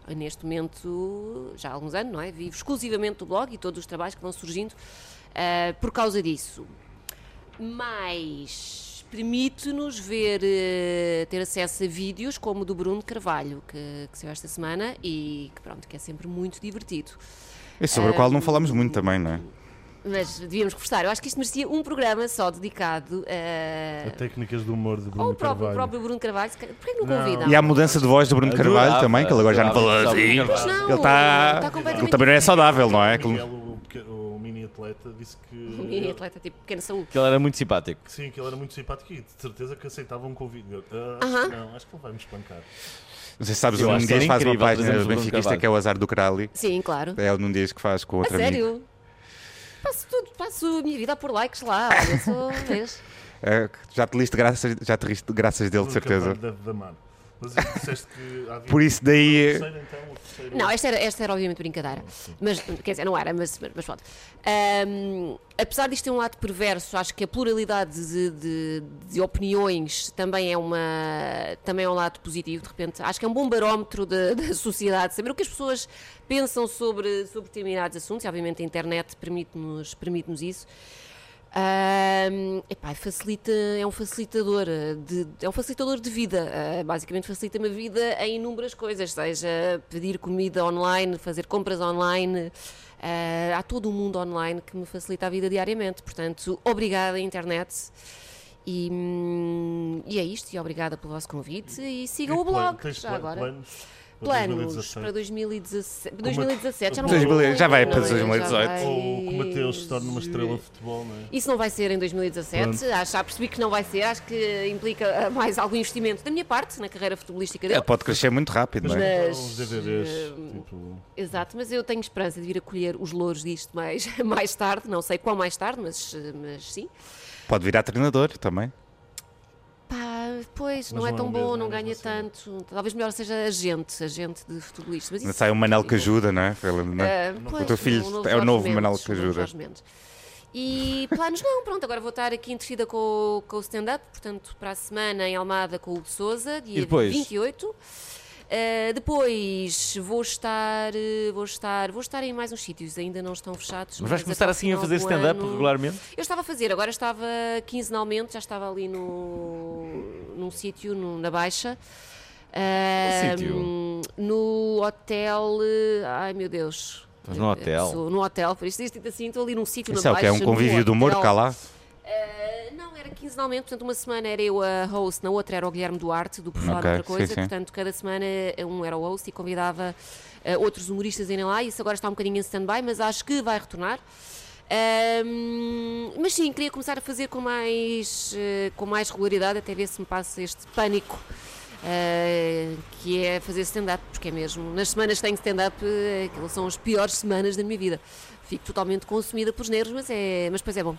Speaker 4: eh, neste momento, já há alguns anos, não é? Vivo exclusivamente do blog e todos os trabalhos que vão surgindo eh, por causa disso. Mas permite-nos ver, eh, ter acesso a vídeos como o do Bruno Carvalho, que, que saiu esta semana e que, pronto, que é sempre muito divertido.
Speaker 2: e sobre o qual não falámos muito também, não é?
Speaker 4: Mas devíamos conversar. Eu acho que isto merecia um programa só dedicado eh, a.
Speaker 3: A técnicas do humor de Bruno
Speaker 4: Ou o próprio, o
Speaker 3: Carvalho.
Speaker 4: próprio Bruno Carvalho, se calhar- porquê que não
Speaker 3: Não.
Speaker 4: convida?
Speaker 2: e há a mudança de voz do Bruno
Speaker 1: Adorava,
Speaker 2: Carvalho também, que ele agora já não
Speaker 1: adorava
Speaker 2: fala
Speaker 1: só
Speaker 2: assim
Speaker 1: Bruno Carvalho.
Speaker 4: Não,
Speaker 2: ele está
Speaker 4: está tá completamente
Speaker 2: ele também não é
Speaker 4: diferente.
Speaker 2: saudável, não é?
Speaker 3: O
Speaker 2: Aquilo-
Speaker 3: Miguel, o, peque- o mini atleta, disse que.
Speaker 4: E atleta tipo pequena saúde.
Speaker 1: Que ele era muito simpático.
Speaker 3: que Sim, que ele era muito simpático e de certeza que aceitava um convite. Eu, ah, acho que não, acho que ele vai me espancar.
Speaker 2: Não sei se sabes,
Speaker 1: Eu
Speaker 2: o
Speaker 1: acho
Speaker 2: Nuno
Speaker 1: que era
Speaker 2: Dias faz uma
Speaker 1: incrível, por
Speaker 2: página
Speaker 1: exemplo,
Speaker 2: do
Speaker 1: Bruno
Speaker 2: Benfiquista
Speaker 1: Carvalho.
Speaker 2: que é o Azar do Crali.
Speaker 4: Sim, claro.
Speaker 2: É o Nuno Dias que faz com
Speaker 4: A
Speaker 2: outro amigo.
Speaker 4: sério? Passo tudo, passo a minha vida a pôr likes lá. Olha, sou vês?
Speaker 2: É, já te liste graças, já te riste de graças dele, de
Speaker 3: Bruno Carvalho
Speaker 2: certeza.
Speaker 3: Da, da mano. Mas eu disseste que havia
Speaker 2: Por isso é-
Speaker 3: o
Speaker 2: daí.
Speaker 3: terceiro, então, o terceiro.
Speaker 4: Não, esta era, esta era obviamente brincadeira. Mas, quer dizer, não era, mas, mas pronto. Ahm, apesar disto ter um lado perverso, acho que a pluralidade de, de- de opiniões também é, uma, também é um lado positivo, de repente. Acho que é um bom barómetro da, da sociedade, saber o que as pessoas pensam sobre, sobre determinados assuntos, e obviamente a internet permite-nos permite isso. Ahm, epá, facilita, é um facilitador eh, de, é um facilitador de vida. eh, basicamente facilita-me a vida em inúmeras coisas, seja pedir comida online, fazer compras online. eh, há todo um mundo online que me facilita a vida diariamente. Portanto, obrigada internet. E, hum, e é isto, e obrigada pelo vosso convite. E sigam
Speaker 3: E
Speaker 4: o blog.
Speaker 3: plano- tens
Speaker 4: já
Speaker 3: plan-
Speaker 4: agora.
Speaker 3: Planos. para
Speaker 4: Planos
Speaker 3: 2016?
Speaker 4: para 2017.
Speaker 3: é
Speaker 4: 2017 já não
Speaker 2: 2000 já vai
Speaker 4: lembro,
Speaker 2: para
Speaker 4: não é? Já
Speaker 2: 2018.
Speaker 4: vai-
Speaker 3: Ou que o Mateus se torne uma estrela de futebol, não é?
Speaker 4: isso não vai ser em 2017, acho, já percebi que não vai ser, acho que implica ah, mais algum investimento da minha parte na carreira futebolística dele.
Speaker 2: Ele pode crescer muito rápido, não é?
Speaker 4: Mas- eh,
Speaker 3: Então, Os DVDs, tipo.
Speaker 4: Exato, mas eu tenho esperança de vir a colher os louros disto mais, mais tarde, não sei qual mais tarde, mas, eh, mas sim. é-
Speaker 2: Pode virar treinador também.
Speaker 4: Pá, pois, não,
Speaker 3: Mas
Speaker 4: é
Speaker 3: não é
Speaker 4: tão
Speaker 3: o
Speaker 4: bom,
Speaker 3: mesmo, não
Speaker 4: não
Speaker 3: é
Speaker 4: ganha
Speaker 3: mesmo
Speaker 4: tanto. Talvez melhor seja agente, agente de futebolista. Mas
Speaker 2: Ainda
Speaker 4: isso
Speaker 2: Sai um Manel que ajuda, não é? Ele, não é?
Speaker 4: Ah, pois,
Speaker 2: o teu filho é o
Speaker 4: Jorge
Speaker 2: novo
Speaker 4: Mendes,
Speaker 2: Manel
Speaker 4: o novo
Speaker 2: Cajuda.
Speaker 4: Jorge Mendes. E planos não, pronto, agora vou estar aqui entretida com, o- com o stand-up, portanto, para a semana em Almada com o Hugo Souza, dia
Speaker 1: depois?
Speaker 4: 28. Ah, depois vou estar, eh, vou estar, vou estar em mais uns sítios, ainda não estão fechados.
Speaker 1: Mas vais
Speaker 4: até
Speaker 1: começar
Speaker 4: ao
Speaker 1: assim a
Speaker 4: final
Speaker 1: fazer
Speaker 4: do
Speaker 1: stand-up
Speaker 4: ano.
Speaker 1: regularmente?
Speaker 4: Eu estava a fazer, agora estava quinzenalmente, já estava ali no, num sítio, no- na Baixa. Ahm,
Speaker 1: sítio?
Speaker 4: No hotel. eh, Ai meu Deus.
Speaker 1: Mas no hotel?
Speaker 4: Sou- No hotel, por isto isto dito assim, estou ali num sítio na
Speaker 2: Isso é o que é um
Speaker 4: Baixa, num
Speaker 2: convívio do humor,
Speaker 4: hotel.
Speaker 2: cá lá.
Speaker 4: Eh, não, era quinzenalmente, portanto, uma semana era eu a host, na outra era o Guilherme Duarte, do Por Falar
Speaker 2: Ok,
Speaker 4: Noutra Coisa.
Speaker 2: sim, sim.
Speaker 4: Portanto, cada semana eh, um era o host e convidava eh, outros humoristas a irem lá. Isso agora está um bocadinho em stand-by, mas acho que vai retornar. Ahm, mas sim, queria começar a fazer com mais, eh, com mais regularidade, até ver se me passa este pânico. eh, que é fazer stand-up, porque é mesmo. Nas semanas que tenho stand-up, eh, aquelas são as piores semanas da minha vida. Fico totalmente consumida pelos nervos, mas, é, mas depois é bom.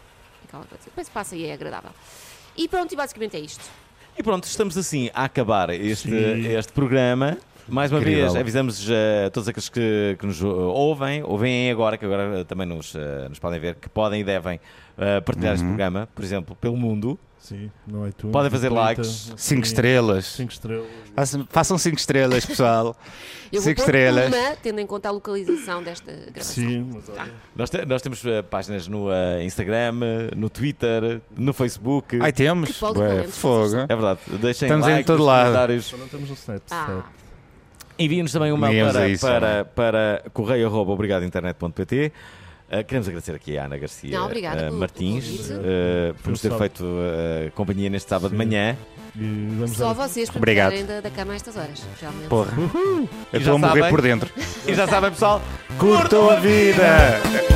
Speaker 4: Aquela coisa. Depois passa e é agradável. E pronto, e basicamente é isto.
Speaker 1: E pronto, estamos assim a acabar este, este programa. Mais uma
Speaker 2: Incrível.
Speaker 1: vez, avisamos eh, a todos aqueles que, que nos eh, ouvem, ouvem agora, que agora eh, também nos, eh, nos podem ver, que podem e devem eh, partilhar
Speaker 2: Uhum.
Speaker 1: este programa, por exemplo, pelo mundo.
Speaker 3: Sim, é no iTunes.
Speaker 1: Podem fazer
Speaker 3: 30,
Speaker 1: likes.
Speaker 2: Cinco
Speaker 3: sim,
Speaker 2: estrelas.
Speaker 3: Cinco estrelas.
Speaker 2: Façam- Façam cinco estrelas, pessoal.
Speaker 4: Eu
Speaker 2: Cinco
Speaker 4: vou pôr
Speaker 2: estrelas.
Speaker 4: uma, tendo em conta a localização desta gravação.
Speaker 3: Sim, mas olha.
Speaker 4: Tá.
Speaker 1: Nós, te- nós temos eh, páginas no eh, Instagram, eh, no Twitter, no Facebook.
Speaker 2: Ai, temos.
Speaker 4: Que folga
Speaker 2: Bué,
Speaker 4: valente,
Speaker 2: fogo.
Speaker 1: É verdade, deixem
Speaker 2: Estamos em
Speaker 1: like
Speaker 2: todo
Speaker 1: nos
Speaker 2: lado.
Speaker 1: comentários.
Speaker 3: Só não estamos no Snapchat.
Speaker 4: Ah,
Speaker 1: Enviem-nos também um mail
Speaker 2: Viemos
Speaker 1: para,
Speaker 2: a isso,
Speaker 1: para, para correio.obrigadointernet.pt. Uh, queremos agradecer aqui à Ana Garcia
Speaker 4: Não, obrigada
Speaker 1: uh,
Speaker 4: pelo- pelo
Speaker 1: Martins
Speaker 4: convite.
Speaker 1: uh, por nos ter
Speaker 3: Pessoal.
Speaker 1: feito uh, companhia neste sábado de manhã.
Speaker 3: E vamos
Speaker 4: Só
Speaker 3: dar
Speaker 4: vocês para
Speaker 2: Obrigado.
Speaker 4: me da, da cama a estas horas. Realmente.
Speaker 2: Porra. Eu
Speaker 1: E
Speaker 2: estou
Speaker 1: já
Speaker 2: a morrer
Speaker 1: sabem.
Speaker 2: por dentro.
Speaker 1: E já sabem, pessoal,
Speaker 2: Curtam a vida!